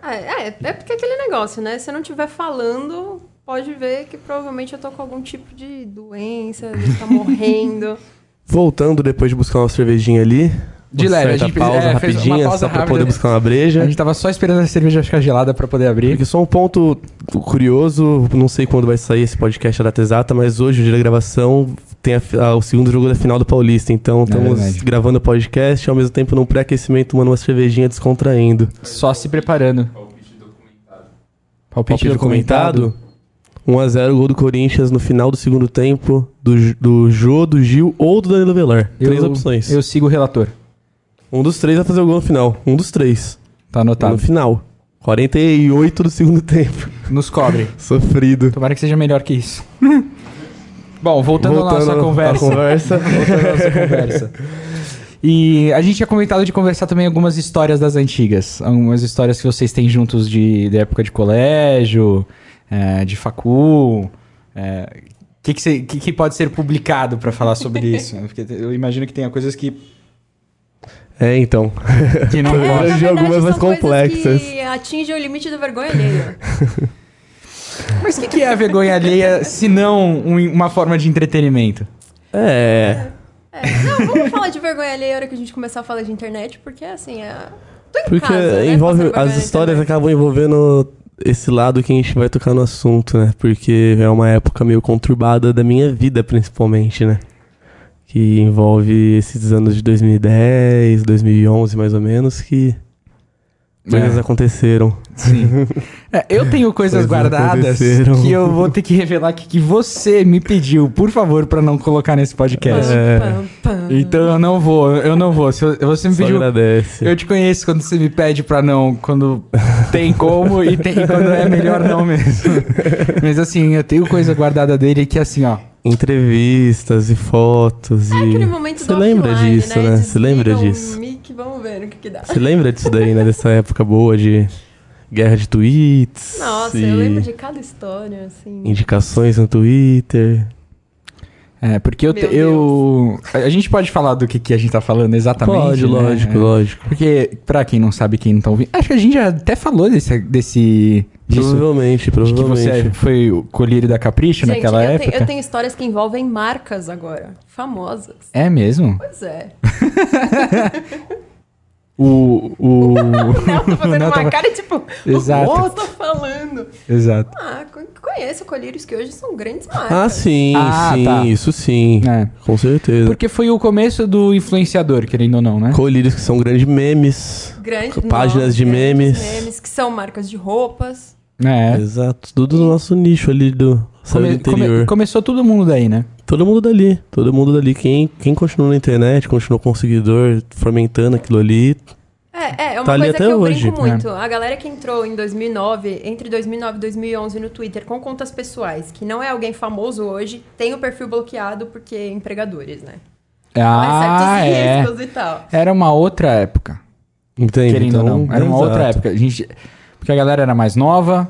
[SPEAKER 4] É, é, é porque é aquele negócio, né? Se eu não estiver falando, pode ver que provavelmente eu tô com algum tipo de doença, eu
[SPEAKER 2] *laughs*
[SPEAKER 4] tá morrendo.
[SPEAKER 2] Voltando depois de buscar uma cervejinha ali.
[SPEAKER 3] De
[SPEAKER 2] uma
[SPEAKER 3] leve, a
[SPEAKER 2] certa
[SPEAKER 3] gente fez-
[SPEAKER 2] pausa
[SPEAKER 3] é, fez uma
[SPEAKER 2] rapidinha,
[SPEAKER 3] pausa
[SPEAKER 2] só pra
[SPEAKER 3] rápida.
[SPEAKER 2] poder buscar uma
[SPEAKER 3] A
[SPEAKER 2] breja.
[SPEAKER 3] gente tava só esperando a cerveja ficar gelada pra poder abrir.
[SPEAKER 2] Porque só um ponto curioso, não sei quando vai sair esse podcast a data exata, mas hoje, o dia da gravação, tem a fi- a- o segundo jogo da final do Paulista. Então estamos
[SPEAKER 3] É verdade.
[SPEAKER 2] gravando o podcast e ao mesmo tempo num pré-aquecimento, mano, uma cervejinha descontraindo.
[SPEAKER 3] Só se preparando. Palpite
[SPEAKER 2] Palpite
[SPEAKER 3] documentado.
[SPEAKER 2] documentado. 1x0 gol do Corinthians no final do segundo tempo, do, J- do Jô, do Gil ou do Danilo Velar. Três opções.
[SPEAKER 3] Eu sigo o relator.
[SPEAKER 2] Um dos três vai fazer o gol no final. Um dos três.
[SPEAKER 3] Tá anotado.
[SPEAKER 2] No final. 48 do segundo *laughs* tempo.
[SPEAKER 3] Nos cobre.
[SPEAKER 2] *laughs* Sofrido.
[SPEAKER 3] Tomara que seja melhor que isso. Bom, voltando, à nossa
[SPEAKER 2] à
[SPEAKER 3] conversa.
[SPEAKER 2] conversa.
[SPEAKER 3] *laughs* Voltando à nossa conversa. E a gente tinha comentado de conversar também algumas histórias das antigas. Algumas histórias que vocês têm juntos de, da época de colégio, eh, de facu. eh, que que, cê- que que pode ser publicado pra falar sobre isso? Porque eu imagino que tenha coisas que,
[SPEAKER 2] É, então.
[SPEAKER 3] que não
[SPEAKER 4] É, na
[SPEAKER 2] Agora
[SPEAKER 3] pode.
[SPEAKER 2] de
[SPEAKER 4] verdade,
[SPEAKER 2] algumas
[SPEAKER 4] são
[SPEAKER 2] mais
[SPEAKER 4] coisas
[SPEAKER 2] complexas.
[SPEAKER 4] Que atingem o limite da vergonha alheia.
[SPEAKER 3] Mas o que, que é a vergonha alheia se não um- uma forma de entretenimento?
[SPEAKER 2] É.
[SPEAKER 4] É, Não, vamos falar de vergonha alheia a hora que a gente começar a falar de internet, porque assim, é... tô em
[SPEAKER 2] Porque
[SPEAKER 4] casa, né,
[SPEAKER 2] envolve.
[SPEAKER 4] passando vergonha
[SPEAKER 2] As
[SPEAKER 4] na
[SPEAKER 2] histórias
[SPEAKER 4] internet.
[SPEAKER 2] acabam envolvendo esse lado que a gente vai tocar no assunto, né? Porque é uma época meio conturbada da minha vida, principalmente, né? Que envolve esses anos de 2010, 2011, mais ou menos, que coisas
[SPEAKER 3] É.
[SPEAKER 2] aconteceram.
[SPEAKER 3] Sim. É, eu tenho
[SPEAKER 2] Coisas
[SPEAKER 3] coisas guardadas
[SPEAKER 2] aconteceram.
[SPEAKER 3] que eu vou ter que revelar aqui que você me pediu, por favor, pra não colocar nesse podcast.
[SPEAKER 2] É.
[SPEAKER 4] Pam, pam, pam.
[SPEAKER 3] Então eu não vou, eu não vou. Se eu- você me
[SPEAKER 2] Só
[SPEAKER 3] pediu.
[SPEAKER 2] agradece.
[SPEAKER 3] Um Eu te conheço quando você me pede pra não, quando tem como e, tem- e quando é melhor não mesmo. Mas assim, eu tenho coisa guardada dele que assim, ó.
[SPEAKER 2] Entrevistas e fotos
[SPEAKER 4] É
[SPEAKER 2] e.
[SPEAKER 4] aquele momento
[SPEAKER 2] Você
[SPEAKER 4] do
[SPEAKER 2] lembra
[SPEAKER 4] offline,
[SPEAKER 2] disso, né? Você
[SPEAKER 4] Desliga
[SPEAKER 2] lembra
[SPEAKER 4] o
[SPEAKER 2] disso.
[SPEAKER 4] mic, vamos ver o que, que dá.
[SPEAKER 2] Você lembra disso daí, né? Dessa época boa de guerra de tweets.
[SPEAKER 4] Nossa,
[SPEAKER 2] e
[SPEAKER 4] eu lembro de cada história, assim.
[SPEAKER 2] Indicações no Twitter.
[SPEAKER 3] É, porque eu. te-
[SPEAKER 4] Meu
[SPEAKER 3] eu a a gente pode falar do que, que a gente tá falando exatamente.
[SPEAKER 2] Pode,
[SPEAKER 3] né?
[SPEAKER 2] lógico,
[SPEAKER 3] É.
[SPEAKER 2] lógico.
[SPEAKER 3] Porque, pra quem não sabe, quem não tá ouvindo. Acho que a gente já até falou desse. desse disso.
[SPEAKER 2] Provavelmente,
[SPEAKER 3] De que você é
[SPEAKER 2] provavelmente.
[SPEAKER 3] foi o colírio da Capricho
[SPEAKER 4] Gente,
[SPEAKER 3] naquela
[SPEAKER 4] eu,
[SPEAKER 3] época.
[SPEAKER 4] Tenho, eu tenho histórias que envolvem marcas agora, famosas.
[SPEAKER 3] É mesmo?
[SPEAKER 2] *laughs*
[SPEAKER 4] Pois é.
[SPEAKER 3] O.
[SPEAKER 4] *laughs*
[SPEAKER 3] O. *laughs*
[SPEAKER 4] Não, tô tá fazendo
[SPEAKER 3] Não,
[SPEAKER 4] uma
[SPEAKER 3] tava-
[SPEAKER 4] cara tipo,
[SPEAKER 3] Exato.
[SPEAKER 4] o que eu tô falando?
[SPEAKER 3] Exato.
[SPEAKER 4] Ah, con- conheço colírios que hoje são grandes marcas.
[SPEAKER 2] Ah, sim,
[SPEAKER 3] Ah,
[SPEAKER 2] sim,
[SPEAKER 3] tá.
[SPEAKER 2] isso sim.
[SPEAKER 3] É.
[SPEAKER 2] Com certeza.
[SPEAKER 3] Porque foi o começo do influenciador, querendo ou não, né?
[SPEAKER 2] Colírios que são grandes memes.
[SPEAKER 4] Grande,
[SPEAKER 2] Páginas de
[SPEAKER 4] grandes
[SPEAKER 2] memes.
[SPEAKER 4] memes. Que são marcas de roupas.
[SPEAKER 3] É.
[SPEAKER 2] Exato. Tudo do nosso nicho ali do sabe, do
[SPEAKER 3] Come- come-
[SPEAKER 2] interior.
[SPEAKER 3] começou todo mundo daí, né?
[SPEAKER 2] Todo mundo dali. Todo mundo dali. Quem, quem continuou na internet, continuou com o seguidor, fomentando aquilo ali.
[SPEAKER 4] É, é, é uma
[SPEAKER 2] Tá ali
[SPEAKER 4] coisa
[SPEAKER 2] até
[SPEAKER 4] que eu
[SPEAKER 2] hoje,
[SPEAKER 4] brinco
[SPEAKER 3] né?
[SPEAKER 4] muito. A galera que entrou em 2009, entre 2009 e 2011 no Twitter com contas pessoais, que não é alguém famoso hoje, tem o perfil bloqueado porque é empregadores, né?
[SPEAKER 3] Ah,
[SPEAKER 4] Mas
[SPEAKER 3] é.
[SPEAKER 4] riscos e tal.
[SPEAKER 3] Era uma outra época.
[SPEAKER 2] Entende?
[SPEAKER 3] Querendo ou
[SPEAKER 2] então,
[SPEAKER 3] não. Era uma
[SPEAKER 2] exato.
[SPEAKER 3] outra época. A gente, porque a galera era mais nova.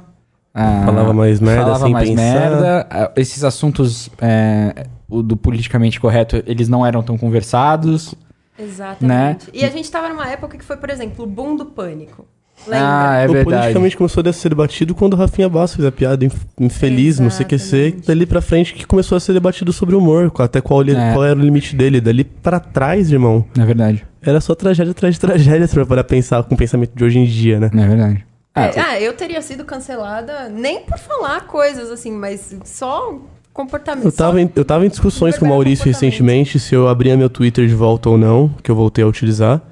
[SPEAKER 3] ah,
[SPEAKER 2] Falava mais merda
[SPEAKER 3] falava
[SPEAKER 2] sem
[SPEAKER 3] mais assim,
[SPEAKER 2] pensar.
[SPEAKER 3] merda. ah, Esses assuntos é, o do politicamente correto, eles não eram tão conversados.
[SPEAKER 4] Exatamente.
[SPEAKER 2] Né?
[SPEAKER 4] E a gente tava numa época que foi, por exemplo, o boom do pânico.
[SPEAKER 3] Ah,
[SPEAKER 4] Lembra?
[SPEAKER 3] é
[SPEAKER 2] o
[SPEAKER 3] verdade.
[SPEAKER 2] politicamente começou a ser debatido quando o Rafinha Basso fez a piada inf- infeliz no CQC,
[SPEAKER 4] Exatamente.
[SPEAKER 2] dali pra frente que começou a ser debatido sobre o humor, até qual, ele-
[SPEAKER 3] É.
[SPEAKER 2] qual era o limite dele. Dali pra trás, irmão,
[SPEAKER 3] É verdade.
[SPEAKER 2] era só tragédia atrás de tragédia se for para pensar com o pensamento de hoje em dia, né?
[SPEAKER 3] É verdade. Ah,
[SPEAKER 4] É, ah, eu teria sido cancelada nem por falar coisas assim, mas só comportamento.
[SPEAKER 2] Eu tava, em, eu tava em discussões com o
[SPEAKER 4] Vergonha
[SPEAKER 2] Maurício
[SPEAKER 4] comportamento.
[SPEAKER 2] recentemente se eu abria meu Twitter de volta ou não, que eu voltei a utilizar.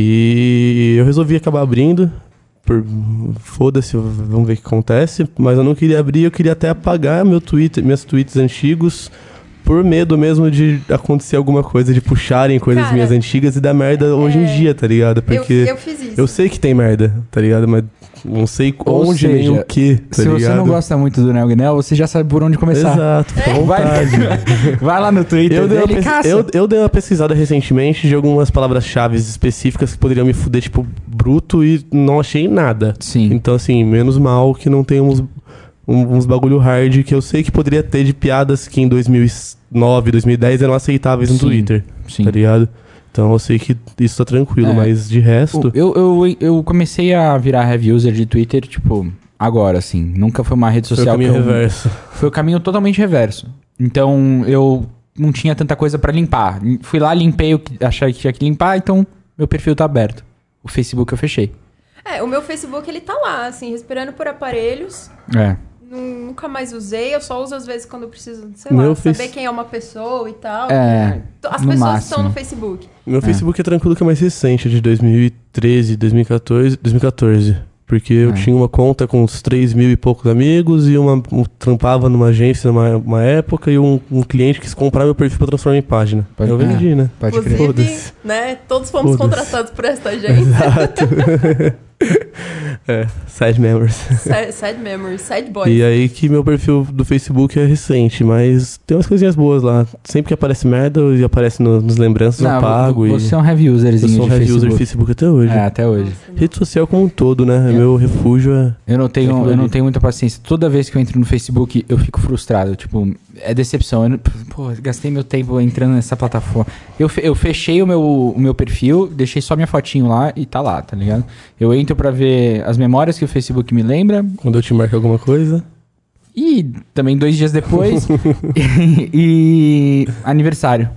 [SPEAKER 2] E eu resolvi acabar abrindo. Por foda-se, vamos ver o que acontece. Mas eu não queria abrir, eu queria até apagar meu Twitter, meus tweets antigos. Por medo mesmo de acontecer alguma coisa, de puxarem coisas
[SPEAKER 4] Cara,
[SPEAKER 2] minhas antigas e dar merda hoje em dia, tá ligado?
[SPEAKER 4] Eu-
[SPEAKER 2] Porque
[SPEAKER 4] eu,
[SPEAKER 2] eu,
[SPEAKER 4] fiz isso.
[SPEAKER 2] sei que tem merda, tá ligado? Mas não sei
[SPEAKER 3] Ou
[SPEAKER 2] onde nem
[SPEAKER 3] seja,
[SPEAKER 2] o que, tá
[SPEAKER 3] Se
[SPEAKER 2] ligado?
[SPEAKER 3] você não gosta muito do Neo Guinel, você já sabe por onde começar.
[SPEAKER 2] Exato, fica à
[SPEAKER 3] Vai,
[SPEAKER 2] vontade.
[SPEAKER 3] *laughs* vai lá no Twitter
[SPEAKER 2] Eu dei, uma
[SPEAKER 3] dele e
[SPEAKER 2] pes-
[SPEAKER 3] caça.
[SPEAKER 2] eu- eu dei uma pesquisada recentemente de algumas palavras-chave específicas que poderiam me fuder, tipo, bruto, e não achei nada.
[SPEAKER 3] Sim.
[SPEAKER 2] Então, assim, menos mal que não tem uns, um- uns bagulho hard que eu sei que poderia ter de piadas que em 2009, 2010 eram aceitáveis no
[SPEAKER 3] Sim,
[SPEAKER 2] Twitter,
[SPEAKER 3] Sim.
[SPEAKER 2] tá ligado? Então eu sei que isso tá tranquilo,
[SPEAKER 3] É.
[SPEAKER 2] mas de resto.
[SPEAKER 3] Eu, eu, eu comecei a virar heavy user de Twitter, tipo, agora, assim. Nunca foi uma rede
[SPEAKER 2] Foi o
[SPEAKER 3] social
[SPEAKER 2] caminho
[SPEAKER 3] que eu-
[SPEAKER 2] reverso.
[SPEAKER 3] Foi o caminho totalmente reverso. Então, eu não tinha tanta coisa pra limpar. Fui lá, limpei o que achei que tinha que limpar, então meu perfil tá aberto. O Facebook eu fechei.
[SPEAKER 4] É, o meu Facebook ele tá lá, assim, respirando por aparelhos.
[SPEAKER 3] É.
[SPEAKER 4] Nu- Nunca mais usei, eu só uso às vezes quando eu preciso, sei
[SPEAKER 2] Meu
[SPEAKER 4] lá, saber
[SPEAKER 2] face-
[SPEAKER 4] quem é uma pessoa e tal.
[SPEAKER 3] É,
[SPEAKER 4] T- As
[SPEAKER 3] no
[SPEAKER 4] pessoas
[SPEAKER 3] máximo.
[SPEAKER 4] estão no Facebook.
[SPEAKER 2] Meu Facebook é tranquilo que é mais recente, é de 2013, 2014, 2014. Porque eu
[SPEAKER 3] É.
[SPEAKER 2] tinha uma conta com uns 3 mil e poucos amigos e uma um- trampava numa agência numa uma época e um, um cliente quis comprar meu perfil pra transformar em página.
[SPEAKER 3] Pode-
[SPEAKER 2] eu vendi, né?
[SPEAKER 3] pode crer.
[SPEAKER 4] Inclusive,
[SPEAKER 2] Foda-se.
[SPEAKER 4] né? Todos fomos
[SPEAKER 2] Foda-se.
[SPEAKER 4] contratados por esta agência.
[SPEAKER 2] *laughs* É, sad memories.
[SPEAKER 4] *laughs* Sad, sad memories, sad boys.
[SPEAKER 3] é
[SPEAKER 2] E aí que meu perfil do Facebook é recente, mas tem umas coisinhas boas lá. Sempre que aparece merda e aparece no- nos lembranças, eu pago. e
[SPEAKER 3] Você é um heavy userzinho
[SPEAKER 2] eu sou um
[SPEAKER 3] de
[SPEAKER 2] heavy
[SPEAKER 3] Facebook.
[SPEAKER 2] user de Facebook até hoje.
[SPEAKER 3] É, até hoje.
[SPEAKER 4] Nossa,
[SPEAKER 2] Rede social como um todo, né? É Meu refúgio é.
[SPEAKER 3] Eu não
[SPEAKER 2] É aquilo
[SPEAKER 3] tenho, eu não
[SPEAKER 2] ali.
[SPEAKER 3] tenho muita paciência. Toda vez que eu entro no Facebook, eu fico frustrado. Tipo, é decepção. Eu não- pô, gastei meu tempo entrando nessa plataforma. Eu, fe- eu fechei o meu, o meu perfil, deixei só minha fotinho lá e tá lá, tá ligado? Eu entro pra ver as memórias que o Facebook me lembra
[SPEAKER 2] Quando eu te marco alguma coisa.
[SPEAKER 3] e também dois
[SPEAKER 2] *laughs*
[SPEAKER 3] dias depois *laughs* e, aniversário.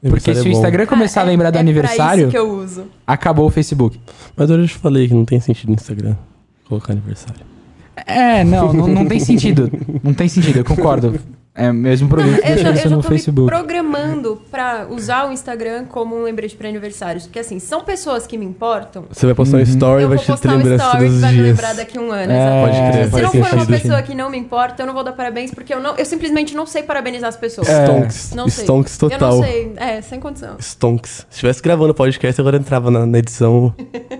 [SPEAKER 3] Porque
[SPEAKER 2] aniversário
[SPEAKER 3] se
[SPEAKER 2] é
[SPEAKER 3] o
[SPEAKER 2] bom.
[SPEAKER 3] Instagram começar a lembrar do
[SPEAKER 4] é Pra
[SPEAKER 3] aniversário,
[SPEAKER 4] isso que eu uso.
[SPEAKER 3] acabou o Facebook.
[SPEAKER 2] Mas eu já te falei que não tem sentido no Instagram colocar aniversário.
[SPEAKER 3] É, não, não, não tem sentido. Não tem sentido, eu concordo. É o mesmo
[SPEAKER 4] Não,
[SPEAKER 3] produto que
[SPEAKER 4] eu
[SPEAKER 3] deixa
[SPEAKER 4] já, eu
[SPEAKER 3] você
[SPEAKER 4] já
[SPEAKER 3] no
[SPEAKER 4] tô me
[SPEAKER 3] Facebook.
[SPEAKER 4] programando pra usar o Instagram como um lembrete pra aniversários. Porque assim, são pessoas que me importam.
[SPEAKER 2] Você vai
[SPEAKER 3] Uhum.
[SPEAKER 2] postar um story e
[SPEAKER 4] eu
[SPEAKER 2] vai
[SPEAKER 4] vou
[SPEAKER 2] te
[SPEAKER 4] postar um
[SPEAKER 2] lembrar
[SPEAKER 4] story
[SPEAKER 2] todos
[SPEAKER 4] que
[SPEAKER 2] os
[SPEAKER 4] vai me
[SPEAKER 2] dias.
[SPEAKER 4] lembrar daqui a um ano.
[SPEAKER 3] É,
[SPEAKER 4] exatamente.
[SPEAKER 2] Pode crer, faz
[SPEAKER 4] Se não for uma
[SPEAKER 2] sentido, sim.
[SPEAKER 4] pessoa que não me importa, eu não vou dar parabéns, porque eu, não, eu simplesmente não sei parabenizar as pessoas.
[SPEAKER 3] É.
[SPEAKER 2] Stonks.
[SPEAKER 4] Não sei.
[SPEAKER 2] Stonks total.
[SPEAKER 4] Eu não sei. É, sem condição.
[SPEAKER 2] Stonks. Se estivesse gravando o podcast, agora entrava na, na edição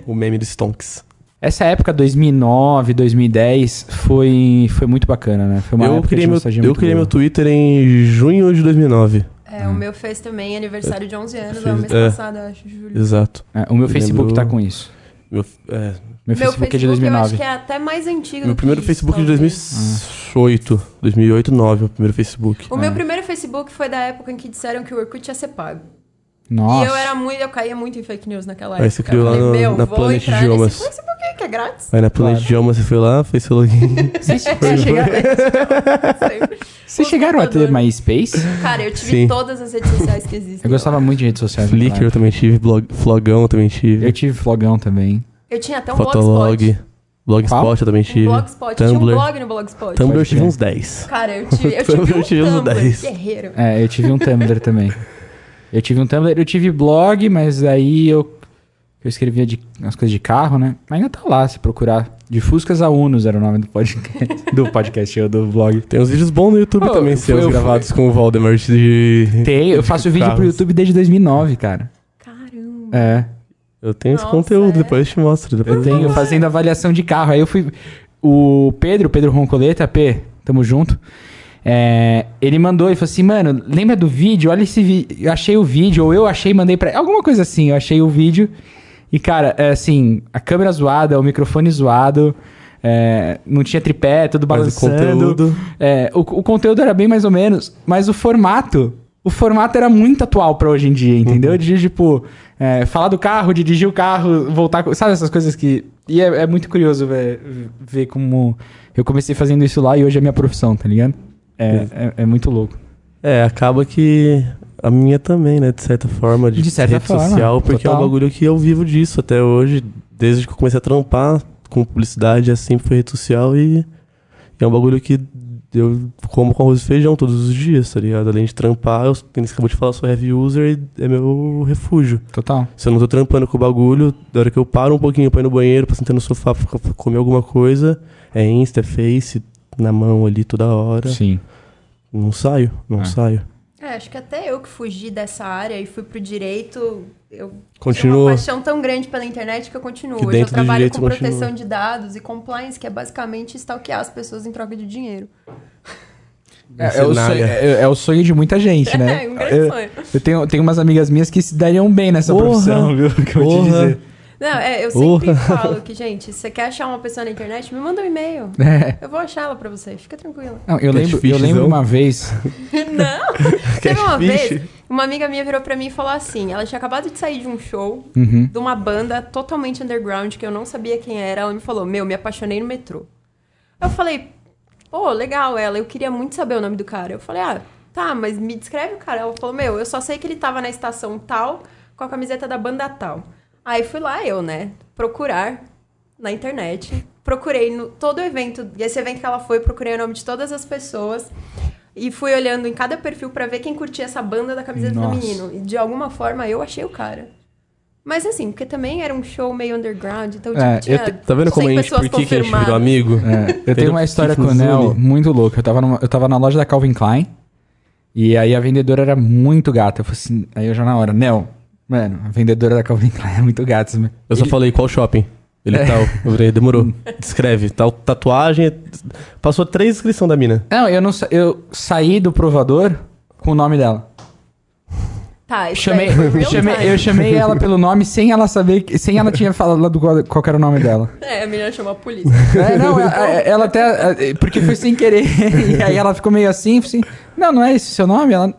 [SPEAKER 2] o meme do Stonks.
[SPEAKER 3] Essa época, 2009, 2010, foi, foi muito bacana, né? Foi uma
[SPEAKER 2] eu
[SPEAKER 3] época
[SPEAKER 2] criei,
[SPEAKER 3] de
[SPEAKER 2] meu,
[SPEAKER 3] nostalgia
[SPEAKER 2] eu
[SPEAKER 3] muito
[SPEAKER 2] criei
[SPEAKER 3] boa.
[SPEAKER 2] meu Twitter em junho de 2009.
[SPEAKER 4] É, o meu fez também aniversário de 11 anos,
[SPEAKER 2] Hum. Fiz-
[SPEAKER 4] é o mês
[SPEAKER 2] é.
[SPEAKER 4] passado, eu acho, julho.
[SPEAKER 2] Exato.
[SPEAKER 3] É, o meu Facebook
[SPEAKER 2] Lembrou-
[SPEAKER 3] tá com isso.
[SPEAKER 2] Meu, é,
[SPEAKER 3] Meu, Facebook, é de 2009.
[SPEAKER 4] eu acho que é até mais antigo
[SPEAKER 2] meu
[SPEAKER 4] do que
[SPEAKER 2] primeiro
[SPEAKER 4] isso,
[SPEAKER 2] Facebook é de
[SPEAKER 4] talvez.
[SPEAKER 2] 2008. 2008, 2009, meu primeiro Facebook.
[SPEAKER 4] O meu primeiro Facebook foi da época em que disseram que o Orkut ia ser pago.
[SPEAKER 3] Nossa.
[SPEAKER 4] E eu era muito, eu caía muito em fake news naquela época.
[SPEAKER 2] Aí você criou
[SPEAKER 4] Eu
[SPEAKER 2] lá
[SPEAKER 4] falei,
[SPEAKER 2] no-
[SPEAKER 4] meu,
[SPEAKER 2] na
[SPEAKER 4] vou
[SPEAKER 2] Planet
[SPEAKER 4] entrar
[SPEAKER 2] Idiomas.
[SPEAKER 4] nesse Facebook aí que é grátis.
[SPEAKER 2] Aí na Planet
[SPEAKER 3] Claro.
[SPEAKER 2] Idiomas você foi lá, fez seu
[SPEAKER 3] *laughs*
[SPEAKER 2] login.
[SPEAKER 3] Vocês, vocês chegaram,
[SPEAKER 2] *laughs*
[SPEAKER 4] Sempre.
[SPEAKER 3] vocês chegaram a ter MySpace?
[SPEAKER 4] Cara, eu tive
[SPEAKER 2] Sim.
[SPEAKER 4] todas as redes sociais que existem.
[SPEAKER 3] Eu gostava muito de redes sociais. naquela
[SPEAKER 2] Flickr eu
[SPEAKER 3] época.
[SPEAKER 2] também tive, blog, Flogão eu também tive,
[SPEAKER 3] Tá, Eu tive flogão também.
[SPEAKER 4] Eu tinha até um blogspot.
[SPEAKER 2] Fotolog,
[SPEAKER 3] Qual?
[SPEAKER 2] Blogspot eu também
[SPEAKER 4] Um
[SPEAKER 2] tive.
[SPEAKER 4] blogspot. Eu tinha um
[SPEAKER 2] Tumblr.
[SPEAKER 4] blog no blogspot.
[SPEAKER 2] Tumblr eu
[SPEAKER 3] Pode
[SPEAKER 2] tive
[SPEAKER 3] crer.
[SPEAKER 2] uns 10.
[SPEAKER 4] Cara, eu tive,
[SPEAKER 2] Tumblr
[SPEAKER 4] eu tive um
[SPEAKER 2] eu tive uns
[SPEAKER 4] Tumblr.
[SPEAKER 2] 10.
[SPEAKER 4] Guerreiro.
[SPEAKER 3] É, eu tive um Tumblr também. Eu tive um Tumblr, eu tive blog, mas aí eu, eu escrevia de, as coisas de carro, né? Mas ainda tá lá, se procurar. De Fuscas a Unos era o nome do podcast, *laughs* do podcast, eu, do blog.
[SPEAKER 2] Tem uns vídeos bons no YouTube
[SPEAKER 3] Oh,
[SPEAKER 2] também,
[SPEAKER 3] eu
[SPEAKER 2] seus
[SPEAKER 3] fui- eu
[SPEAKER 2] gravados com o Valdemort de...
[SPEAKER 3] Tem, eu faço vídeo pro
[SPEAKER 2] Carros.
[SPEAKER 3] YouTube desde 2009, cara.
[SPEAKER 4] Caramba.
[SPEAKER 3] É,
[SPEAKER 2] Eu tenho esse
[SPEAKER 4] Nossa,
[SPEAKER 2] conteúdo,
[SPEAKER 4] é?
[SPEAKER 2] depois eu te mostro. Depois
[SPEAKER 3] eu tenho fazendo avaliação de carro. Aí eu fui... O Pedro, Pedro Roncoleta, P, tamo junto. É, ele mandou, ele falou assim, mano, lembra do vídeo? Olha esse vídeo, eu achei o vídeo, ou eu achei, mandei pra... Alguma coisa assim, eu achei o vídeo. E, cara, é assim, a câmera zoada, o microfone zoado, é, não tinha tripé, tudo
[SPEAKER 2] Mas o
[SPEAKER 3] balançando.
[SPEAKER 2] conteúdo-
[SPEAKER 3] É, o, o conteúdo era bem mais ou menos, mas o formato. O formato era muito atual pra hoje em dia, entendeu? De, tipo, é, falar do carro, de dirigir o carro, voltar. com- Sabe essas coisas que. E é, é muito curioso ver, ver como eu comecei fazendo isso lá e hoje é minha profissão, tá ligado? É, é, é muito louco.
[SPEAKER 2] É, acaba que a minha também, né? De certa forma, de,
[SPEAKER 3] De certa
[SPEAKER 2] rede
[SPEAKER 3] forma,
[SPEAKER 2] social, porque é um
[SPEAKER 3] total.
[SPEAKER 2] bagulho que eu vivo disso até hoje, desde que eu comecei a trampar com publicidade, assim, foi rede social e é um bagulho que eu como com arroz e feijão todos os dias, tá ligado? Além de trampar, eu, como você acabou de falar, eu sou heavy user e é meu refúgio.
[SPEAKER 3] Total.
[SPEAKER 2] Se eu não tô trampando com o bagulho, da hora que eu paro um pouquinho pra ir no banheiro, pra sentar no sofá, pra pra comer alguma coisa, é Insta, é Face, na mão ali toda hora.
[SPEAKER 3] Sim.
[SPEAKER 2] Não saio, não
[SPEAKER 3] É.
[SPEAKER 2] saio.
[SPEAKER 4] É, acho que até eu que fugi dessa área e fui pro direito, eu tenho uma
[SPEAKER 2] Continua.
[SPEAKER 4] paixão tão grande pela internet que eu continuo.
[SPEAKER 2] Que
[SPEAKER 4] Hoje eu
[SPEAKER 2] dentro do
[SPEAKER 4] trabalho
[SPEAKER 2] direito
[SPEAKER 4] com
[SPEAKER 2] você continua.
[SPEAKER 4] proteção de dados e compliance, que é basicamente stalkear as pessoas em troca de dinheiro.
[SPEAKER 3] É, é o sonho,
[SPEAKER 2] Mercenária.
[SPEAKER 3] é- é o sonho de muita gente, né?
[SPEAKER 4] *laughs* É, um grande
[SPEAKER 3] eu,
[SPEAKER 4] sonho.
[SPEAKER 3] eu tenho, tenho umas amigas minhas que se dariam bem nessa
[SPEAKER 2] Porra,
[SPEAKER 3] profissão, viu? *laughs* Que eu vou te
[SPEAKER 2] porra.
[SPEAKER 3] dizer.
[SPEAKER 4] Não, é, eu sempre
[SPEAKER 2] Porra.
[SPEAKER 4] falo que, gente, se você quer achar uma pessoa na internet, me manda um e-mail.
[SPEAKER 3] É.
[SPEAKER 4] Eu vou achar ela pra você, fica tranquila.
[SPEAKER 3] Não, eu, lembro, eu
[SPEAKER 2] Catfishzão.
[SPEAKER 3] lembro uma vez.
[SPEAKER 4] Não! Teve uma
[SPEAKER 2] Catfish.
[SPEAKER 4] vez, uma amiga minha virou pra mim e falou assim: ela tinha acabado de sair de um show de uma banda totalmente underground que eu não sabia quem era. Ela me falou: Meu, me apaixonei no metrô. Eu falei: Pô, legal ela, eu queria muito saber o nome do cara. Eu falei: Ah, tá, mas me descreve o cara. Ela falou: Meu, eu só sei que ele tava na estação tal com a camiseta da banda tal. Aí fui lá eu, né, procurar na internet. Procurei no todo o evento, esse evento que ela foi, procurei o nome de todas as pessoas e fui olhando em cada perfil pra ver quem curtia essa banda da camiseta
[SPEAKER 3] Nossa.
[SPEAKER 4] do menino. E de alguma forma eu achei o cara. Mas assim, porque também era um show meio underground, então tipo,
[SPEAKER 3] É, eu
[SPEAKER 4] tinha
[SPEAKER 3] te-
[SPEAKER 2] Tá vendo como a
[SPEAKER 4] 100
[SPEAKER 2] gente,
[SPEAKER 4] pessoas
[SPEAKER 2] por que, que a gente
[SPEAKER 4] confirmadas.
[SPEAKER 2] virou amigo?
[SPEAKER 3] É, eu tenho uma
[SPEAKER 2] que
[SPEAKER 3] história com
[SPEAKER 2] nos
[SPEAKER 3] o Nel
[SPEAKER 2] une.
[SPEAKER 3] muito louca. Eu tava, numa- eu tava na loja da Calvin Klein e aí a vendedora era muito gata. Eu falei assim, aí eu já na hora, Nel, mano, a vendedora da Calvin *laughs* Klein é muito gata.
[SPEAKER 2] Eu só
[SPEAKER 3] Ele-
[SPEAKER 2] falei qual shopping. Ele
[SPEAKER 3] É.
[SPEAKER 2] tal. Eu falei,
[SPEAKER 3] Hum.
[SPEAKER 2] demorou. Descreve. Tal tatuagem. é- Passou três inscrições da mina.
[SPEAKER 3] Não, eu não sa- eu saí do provador com o nome dela.
[SPEAKER 4] Tá, isso
[SPEAKER 3] Chamei,
[SPEAKER 4] daí
[SPEAKER 2] *laughs*
[SPEAKER 4] foi real
[SPEAKER 3] chamei-
[SPEAKER 4] time.
[SPEAKER 3] eu chamei ela pelo nome sem ela saber, que- sem ela tinha falado qual, qual que era o nome dela.
[SPEAKER 4] É, a menina chamou a polícia.
[SPEAKER 3] É, não, ela, ela até. Porque foi sem querer. *laughs* E aí ela ficou meio assim, assim. Não, não é esse o seu nome? Ela.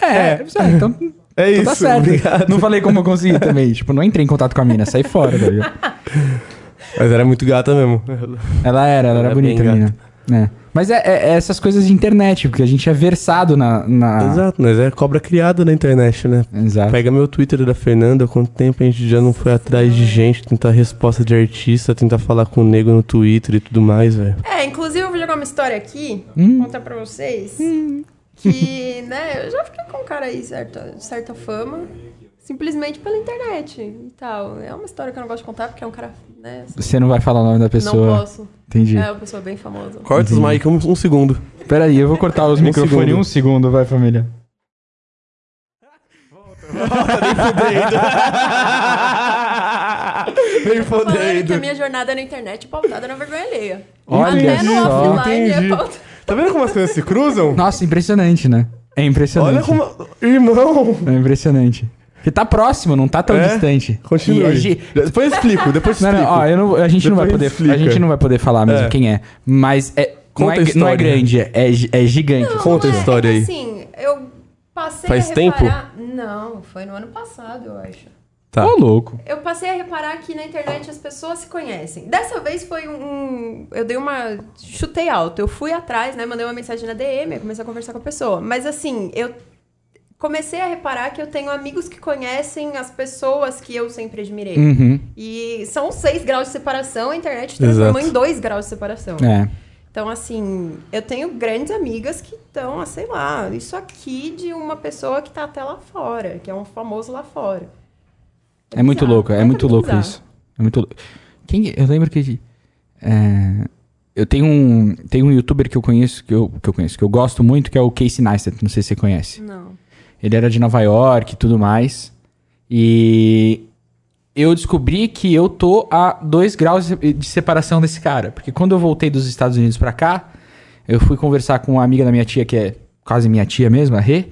[SPEAKER 3] É, eu disse, "Ah, então.
[SPEAKER 2] É
[SPEAKER 3] então
[SPEAKER 2] isso.
[SPEAKER 3] tá certo.
[SPEAKER 2] obrigado.
[SPEAKER 3] Não falei como eu
[SPEAKER 2] *laughs*
[SPEAKER 3] consegui também. Tipo, não entrei em contato com a mina, saí fora. daí.
[SPEAKER 2] Mas era muito gata mesmo.
[SPEAKER 3] Ela era, ela era
[SPEAKER 2] Ela é
[SPEAKER 3] bonita,
[SPEAKER 2] bem
[SPEAKER 3] a mina. É. Mas é, é- é essas coisas de internet, porque a gente é versado na. na...
[SPEAKER 2] Exato, mas é cobra criada na internet, né?
[SPEAKER 3] Exato.
[SPEAKER 2] Pega meu Twitter da Fernanda, quanto tempo a gente já não foi atrás de gente, tentar resposta de artista, tentar falar com o nego no Twitter e tudo mais, velho.
[SPEAKER 4] É, inclusive eu vou jogar uma história aqui,
[SPEAKER 2] Hum.
[SPEAKER 4] contar pra vocês, que, né, eu já fiquei com um cara aí certa, certa fama, simplesmente pela internet e tal. É uma história que eu não gosto de contar, porque é um cara, né, assim,
[SPEAKER 3] Você não vai falar o nome da pessoa.
[SPEAKER 4] não posso.
[SPEAKER 3] Entendi.
[SPEAKER 4] É uma pessoa bem famosa.
[SPEAKER 2] Corta os mic um, um segundo.
[SPEAKER 3] Peraí, eu vou cortar os
[SPEAKER 2] Um
[SPEAKER 3] microfones
[SPEAKER 2] segundo.
[SPEAKER 3] um segundo, vai, família.
[SPEAKER 2] Bem
[SPEAKER 4] Falando que a
[SPEAKER 2] fodendo.
[SPEAKER 4] minha jornada na internet é pautada na vergonha alheia.
[SPEAKER 3] Olha
[SPEAKER 4] Até É no
[SPEAKER 3] só.
[SPEAKER 4] offline
[SPEAKER 2] Entendi.
[SPEAKER 4] é pautada.
[SPEAKER 2] Tá vendo como as coisas se cruzam?
[SPEAKER 3] *laughs* Nossa, impressionante, né? É impressionante.
[SPEAKER 2] Olha como. Irmão!
[SPEAKER 3] É impressionante. Porque tá próximo, não tá tão
[SPEAKER 2] É?
[SPEAKER 3] distante. E
[SPEAKER 2] Continue.
[SPEAKER 3] a gente-
[SPEAKER 2] Depois eu explico, depois eu
[SPEAKER 3] Não,
[SPEAKER 2] explico.
[SPEAKER 3] não, ó, eu não- a gente não vai
[SPEAKER 2] Depois
[SPEAKER 3] poder,
[SPEAKER 2] explica.
[SPEAKER 3] a gente não vai poder falar mesmo
[SPEAKER 2] É.
[SPEAKER 3] quem é, mas é não
[SPEAKER 2] Conta a
[SPEAKER 3] é, não é
[SPEAKER 2] história.
[SPEAKER 3] grande, é, gi- é gigante.
[SPEAKER 4] Não,
[SPEAKER 2] Conta a
[SPEAKER 4] não é-
[SPEAKER 2] história
[SPEAKER 4] é que
[SPEAKER 2] aí.
[SPEAKER 4] assim, eu passei
[SPEAKER 2] Faz
[SPEAKER 4] a
[SPEAKER 2] tempo?
[SPEAKER 4] reparar... Não, foi no ano passado, eu acho.
[SPEAKER 2] Tá.
[SPEAKER 3] Ô, louco.
[SPEAKER 4] Eu passei a reparar que na internet as pessoas se conhecem. Dessa vez foi um. Eu dei uma. Chutei alto. Eu fui atrás, né? Mandei uma mensagem na DM, eu comecei a conversar com a pessoa. Mas assim, eu comecei a reparar que eu tenho amigos que conhecem as pessoas que eu sempre admirei.
[SPEAKER 3] Uhum.
[SPEAKER 4] E são seis graus de separação, a internet transformou
[SPEAKER 2] Exato.
[SPEAKER 4] em dois graus de separação.
[SPEAKER 3] É.
[SPEAKER 4] Então, assim, eu tenho grandes amigas que estão, ah, sei lá, isso aqui de uma pessoa que tá até lá fora, que é um famoso lá fora. Ah,
[SPEAKER 3] É muito
[SPEAKER 4] bizarro,
[SPEAKER 3] louco, é
[SPEAKER 4] completamente
[SPEAKER 3] muito louco
[SPEAKER 4] bizarro.
[SPEAKER 3] isso. É muito louco. Quem, eu lembro que. é, eu tenho um, tem um youtuber que eu conheço, que eu, que eu conheço, que eu gosto muito, que é o Casey Neistat, não sei se você conhece.
[SPEAKER 4] Não.
[SPEAKER 3] Ele era de Nova York e tudo mais. E eu descobri que eu tô a dois graus de de separação desse cara. Porque quando eu voltei dos Estados Unidos pra cá, eu fui conversar com uma amiga da minha tia, que é quase minha tia mesmo, a Rê.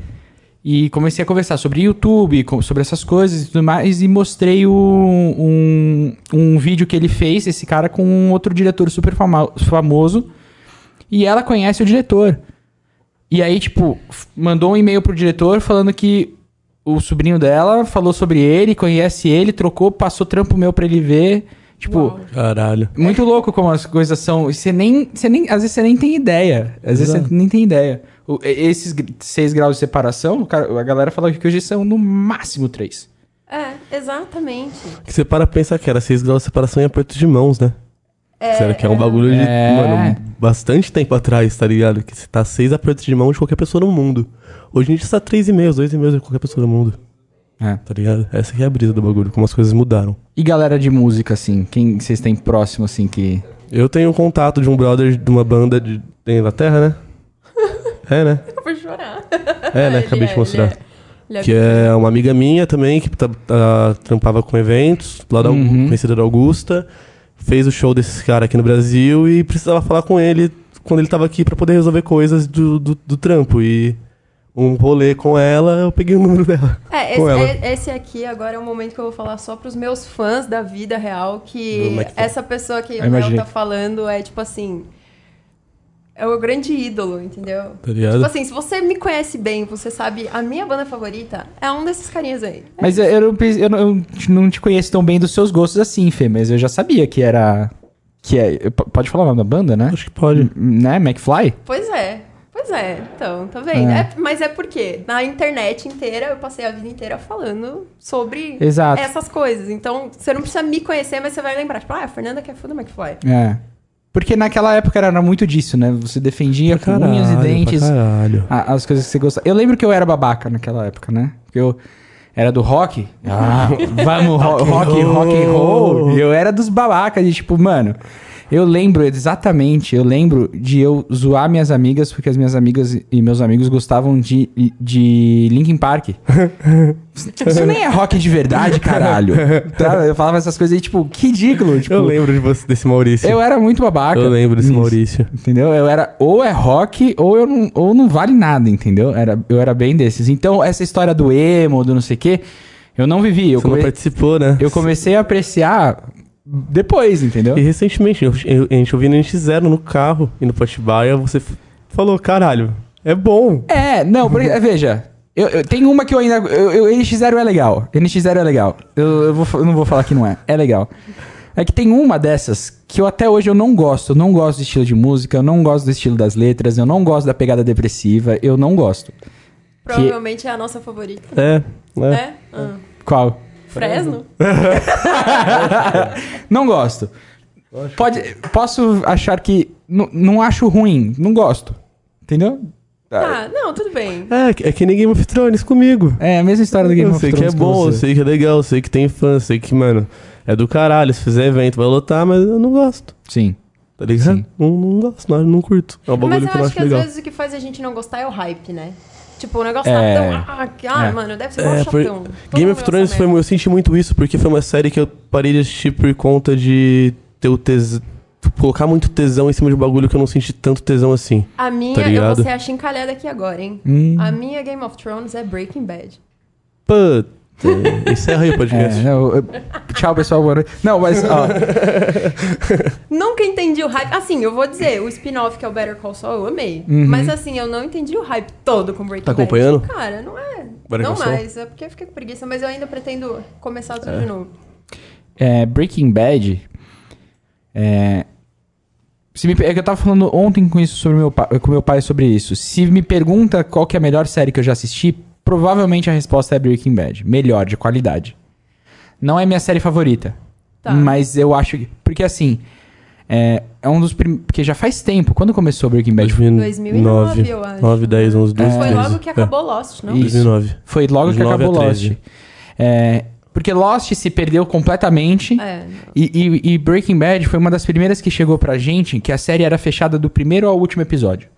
[SPEAKER 3] E comecei a conversar sobre YouTube, co- sobre essas coisas e tudo mais. E mostrei o- um, um vídeo que ele fez, esse cara, com um outro diretor super fama- famoso. E ela conhece o diretor. E aí, tipo, f- mandou um e-mail pro diretor falando que o sobrinho dela falou sobre ele, conhece ele, trocou, passou trampo meu pra ele ver. Tipo,
[SPEAKER 2] Caralho.
[SPEAKER 3] muito louco como as coisas são. E você nem, você nem. Às vezes você nem tem ideia. Às vezes você nem tem ideia. O- e- esses gr- seis graus de separação, o cara- a galera fala que hoje são no máximo três.
[SPEAKER 4] É, exatamente.
[SPEAKER 2] Que você para pra pensar que era 6 graus de separação e aperto de mãos, né? É, Sério, que é um bagulho de,
[SPEAKER 3] É.
[SPEAKER 2] mano, bastante tempo atrás, tá ligado? Que você tá seis apertos de mão de qualquer pessoa no mundo. Hoje a gente tá três e meio, dois e meio de qualquer pessoa no mundo.
[SPEAKER 3] É.
[SPEAKER 2] Tá ligado? Essa que é a brisa do bagulho, como as coisas mudaram.
[SPEAKER 3] E galera de música, assim, quem vocês têm próximo, assim, que.
[SPEAKER 2] Eu tenho um contato de um brother de uma banda de, da Inglaterra,
[SPEAKER 4] *laughs*
[SPEAKER 2] né? É, né?
[SPEAKER 4] *laughs* Eu vou chorar.
[SPEAKER 2] É, né?
[SPEAKER 4] Ele
[SPEAKER 2] Acabei de
[SPEAKER 4] ele
[SPEAKER 2] mostrar.
[SPEAKER 4] ele é-
[SPEAKER 2] Que é uma amiga minha também, que tá- tá- trampava com eventos, lá da,
[SPEAKER 3] Uhum.
[SPEAKER 2] conhecida da Augusta. Fez o show desses caras aqui no Brasil e precisava falar com ele quando ele tava aqui pra poder resolver coisas do, do, do trampo. E um rolê com ela, eu peguei o número
[SPEAKER 3] *laughs*
[SPEAKER 2] dela.
[SPEAKER 4] É,
[SPEAKER 2] com ela.
[SPEAKER 4] esse, é- esse aqui agora é o momento que eu vou falar só pros meus fãs da vida real
[SPEAKER 2] Do
[SPEAKER 4] que
[SPEAKER 2] Mac-
[SPEAKER 4] essa pessoa que
[SPEAKER 3] Eu
[SPEAKER 4] o Léo
[SPEAKER 3] imaginei.
[SPEAKER 4] tá falando é tipo assim. É o grande ídolo, entendeu?
[SPEAKER 2] Tá ligado?
[SPEAKER 4] Tipo assim, se você me conhece bem, você sabe, a minha banda favorita é um desses carinhas aí.
[SPEAKER 3] Mas eu, eu não, pe- eu não- eu não te conheço tão bem dos seus gostos assim, Fê, mas eu já sabia que era. Que é. eu- p- Pode falar o nome da banda, né?
[SPEAKER 2] Acho que pode.
[SPEAKER 3] Né? McFly?
[SPEAKER 4] Pois é, pois é, então, tá vendo?
[SPEAKER 3] É.
[SPEAKER 4] É, mas é porque na internet inteira eu passei a vida inteira falando sobre
[SPEAKER 3] Exato.
[SPEAKER 4] essas coisas. Então, você não precisa me conhecer, mas você vai lembrar, tipo, ah, a Fernanda que é fã do McFly.
[SPEAKER 3] É. Porque naquela época era muito disso, né? Você defendia com unhas e
[SPEAKER 2] pra
[SPEAKER 3] dentes
[SPEAKER 2] caralho.
[SPEAKER 3] a- as coisas que você gostava. Eu lembro que eu era babaca naquela época, né? Porque eu era do rock. *laughs* Ah, vamos, ro rock, rock and roll. E eu era dos babacas, de tipo, mano. Eu lembro exatamente, eu lembro de eu zoar minhas amigas, porque as minhas amigas e meus amigos gostavam de, de
[SPEAKER 2] *laughs*
[SPEAKER 3] Linkin Park. Isso nem é rock de
[SPEAKER 2] *laughs*
[SPEAKER 3] verdade, caralho. Tá? Eu falava essas coisas aí, tipo, que ridículo. Tipo,
[SPEAKER 2] Eu lembro de você, desse Maurício.
[SPEAKER 3] eu era muito babaca.
[SPEAKER 2] Eu lembro desse
[SPEAKER 3] nisso.
[SPEAKER 2] Maurício.
[SPEAKER 3] Entendeu? Eu era ou é rock ou eu não, ou não vale nada, entendeu? Era, eu era bem desses. Então, essa história do emo, do não sei o quê, eu não vivi. Eu,
[SPEAKER 2] Você não
[SPEAKER 3] come-
[SPEAKER 2] participou, né?
[SPEAKER 3] eu comecei a apreciar depois, entendeu?
[SPEAKER 2] E recentemente, eu- eu- a gente ouviu no NX0 no carro e no Patibaia, você f- falou, caralho, é bom.
[SPEAKER 3] É,
[SPEAKER 2] *laughs*
[SPEAKER 3] não, porque, veja. Eu, eu- tem uma que eu ainda. Eu, eu- NX0 é legal. NX0 é legal. Eu, eu vou fa- eu não vou falar que não é. É legal. É que tem uma dessas que eu até hoje eu não gosto. Eu não gosto do estilo de música, eu não gosto do estilo das letras, eu não gosto da pegada depressiva, eu não gosto.
[SPEAKER 4] Provavelmente é a nossa favorita.
[SPEAKER 2] É, né?
[SPEAKER 4] É? Ah.
[SPEAKER 3] Qual?
[SPEAKER 4] Fresno?
[SPEAKER 3] Não gosto. Pode, posso achar que. nu- Não acho ruim, não gosto. Entendeu?
[SPEAKER 4] Tá, não, tudo bem.
[SPEAKER 2] É, é que nem Game of Thrones comigo.
[SPEAKER 3] É a mesma história do Game
[SPEAKER 2] eu
[SPEAKER 3] of
[SPEAKER 2] sei
[SPEAKER 3] Thrones.
[SPEAKER 2] que é
[SPEAKER 3] com
[SPEAKER 2] bom, eu
[SPEAKER 3] você.
[SPEAKER 2] sei que é legal, eu sei que tem fã, eu sei que, mano, é do caralho, se fizer evento vai lotar, mas eu não gosto,
[SPEAKER 3] Sim.
[SPEAKER 2] tá ligado?
[SPEAKER 3] Sim.
[SPEAKER 2] Não, não gosto, não, não curto. É um bagulho
[SPEAKER 4] Mas eu
[SPEAKER 2] que eu não
[SPEAKER 4] acho
[SPEAKER 2] acho
[SPEAKER 4] que às
[SPEAKER 2] legal.
[SPEAKER 4] vezes o que faz a gente não gostar é o hype, né? Tipo, o negócio
[SPEAKER 3] É.
[SPEAKER 4] tá tão. Ah, que- ah,
[SPEAKER 3] É.
[SPEAKER 4] mano, deve ser mó
[SPEAKER 2] É, por-
[SPEAKER 4] chatão. Todo
[SPEAKER 2] Game
[SPEAKER 4] mundo
[SPEAKER 2] of
[SPEAKER 4] gosta
[SPEAKER 2] Thrones foi,
[SPEAKER 4] mesmo.
[SPEAKER 2] eu senti muito isso porque foi uma série que eu parei de assistir por conta de ter o tesão. Colocar muito tesão em cima de um bagulho que eu não senti tanto tesão assim.
[SPEAKER 4] A minha,
[SPEAKER 2] tá
[SPEAKER 4] eu
[SPEAKER 2] ligado?
[SPEAKER 4] vou ser achincalhada aqui agora, hein?
[SPEAKER 3] Hum.
[SPEAKER 4] A minha Game of Thrones é Breaking Bad.
[SPEAKER 2] Puta. Encerra aí o podcast.
[SPEAKER 3] É, eu- eu- tchau, pessoal. Boa noite. Não, mas. Ó,
[SPEAKER 4] Nunca entendi o hype. Assim, eu vou dizer, o spin-off que é o Better Call Saul, eu amei.
[SPEAKER 2] Uhum.
[SPEAKER 4] Mas assim, eu não entendi o hype todo com Breaking
[SPEAKER 2] Tá
[SPEAKER 4] Bad.
[SPEAKER 2] acompanhando?
[SPEAKER 4] Cara, não é.
[SPEAKER 2] Better
[SPEAKER 4] não
[SPEAKER 2] Call Saul?
[SPEAKER 4] mais, é porque eu fiquei com preguiça, mas eu ainda pretendo começar tudo de novo.
[SPEAKER 3] é, Breaking Bad. É, se me, pe- é que eu tava falando ontem com isso sobre meu pa- com meu pai sobre isso. Se me pergunta qual que é a melhor série que eu já assisti, provavelmente a resposta é Breaking Bad. Melhor, de qualidade. Não é minha série favorita.
[SPEAKER 4] Tá.
[SPEAKER 3] Mas eu acho que. Porque assim. É, é um dos primeiros. Porque já faz tempo. Quando começou Breaking Bad?
[SPEAKER 4] 2009, eu acho.
[SPEAKER 2] 9, 10, 11, 12,
[SPEAKER 4] Foi
[SPEAKER 2] 13.
[SPEAKER 4] logo que acabou Lost, não?
[SPEAKER 3] E-
[SPEAKER 2] É, 2009.
[SPEAKER 3] Foi logo que
[SPEAKER 2] 9 a
[SPEAKER 3] acabou
[SPEAKER 2] 13.
[SPEAKER 3] Lost. É, porque Lost se perdeu completamente.
[SPEAKER 4] É, não.
[SPEAKER 3] E, e- e Breaking Bad foi uma das primeiras que chegou pra gente que a série era fechada do primeiro ao último episódio.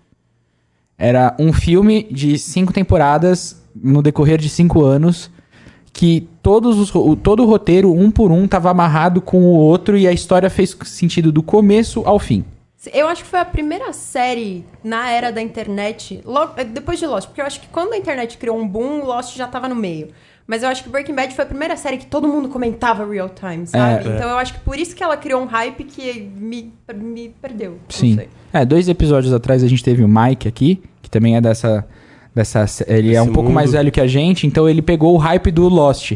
[SPEAKER 3] Era um filme de cinco temporadas no decorrer de cinco anos que todos os, ro- o- todo o roteiro, um por um, tava amarrado com o outro e a história fez sentido do começo ao fim.
[SPEAKER 4] Eu acho que foi a primeira série na era da internet, logo eh, depois de Lost, porque eu acho que quando a internet criou um boom, Lost já tava no meio. Mas eu acho que Breaking Bad foi a primeira série que todo mundo comentava real time, sabe?
[SPEAKER 2] É.
[SPEAKER 4] então eu acho que por isso que ela criou um hype que me, me perdeu. não
[SPEAKER 3] Sim.
[SPEAKER 4] sei.
[SPEAKER 3] É, dois episódios atrás a gente teve o Mike aqui, que também é dessa. dessa ele é um
[SPEAKER 2] Desse
[SPEAKER 3] pouco mais
[SPEAKER 2] mundo.
[SPEAKER 3] velho que a gente, então ele pegou o hype do Lost.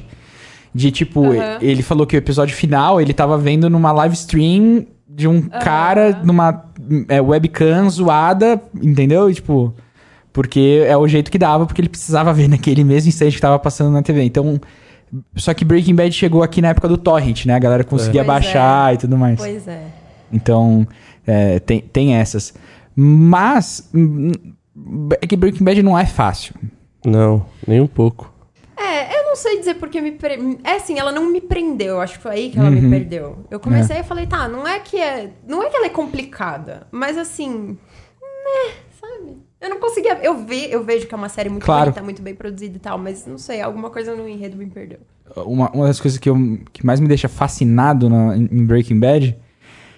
[SPEAKER 3] De tipo,
[SPEAKER 4] Aham.
[SPEAKER 3] ele falou que o episódio final ele tava vendo numa live stream de um cara numa é, webcam zoada, entendeu? E, tipo. Porque é o jeito que dava, porque ele precisava ver *laughs* naquele mesmo instante que tava passando na TV. Então. Só que Breaking Bad chegou aqui na época do Torrent, né? A galera conseguia
[SPEAKER 4] Pois é.
[SPEAKER 3] baixar e tudo mais.
[SPEAKER 4] Pois é.
[SPEAKER 3] Então, é, tem, tem essas. Mas, hum, é que Breaking Bad não é fácil.
[SPEAKER 2] Não, nem um pouco.
[SPEAKER 4] É, eu não sei dizer porque me. Pre... É assim, ela não me prendeu. Acho que foi aí que ela me perdeu. Eu comecei e falei, tá, não é que é. Não é que ela é complicada, mas assim. Né, sabe? Eu não conseguia. Eu, ve... eu vejo que é uma série muito
[SPEAKER 3] Claro.
[SPEAKER 4] bonita, muito bem produzida e tal, mas não sei, alguma coisa no enredo me perdeu.
[SPEAKER 3] Uma, uma das coisas que, eu, que mais me deixa fascinado na- em Breaking Bad,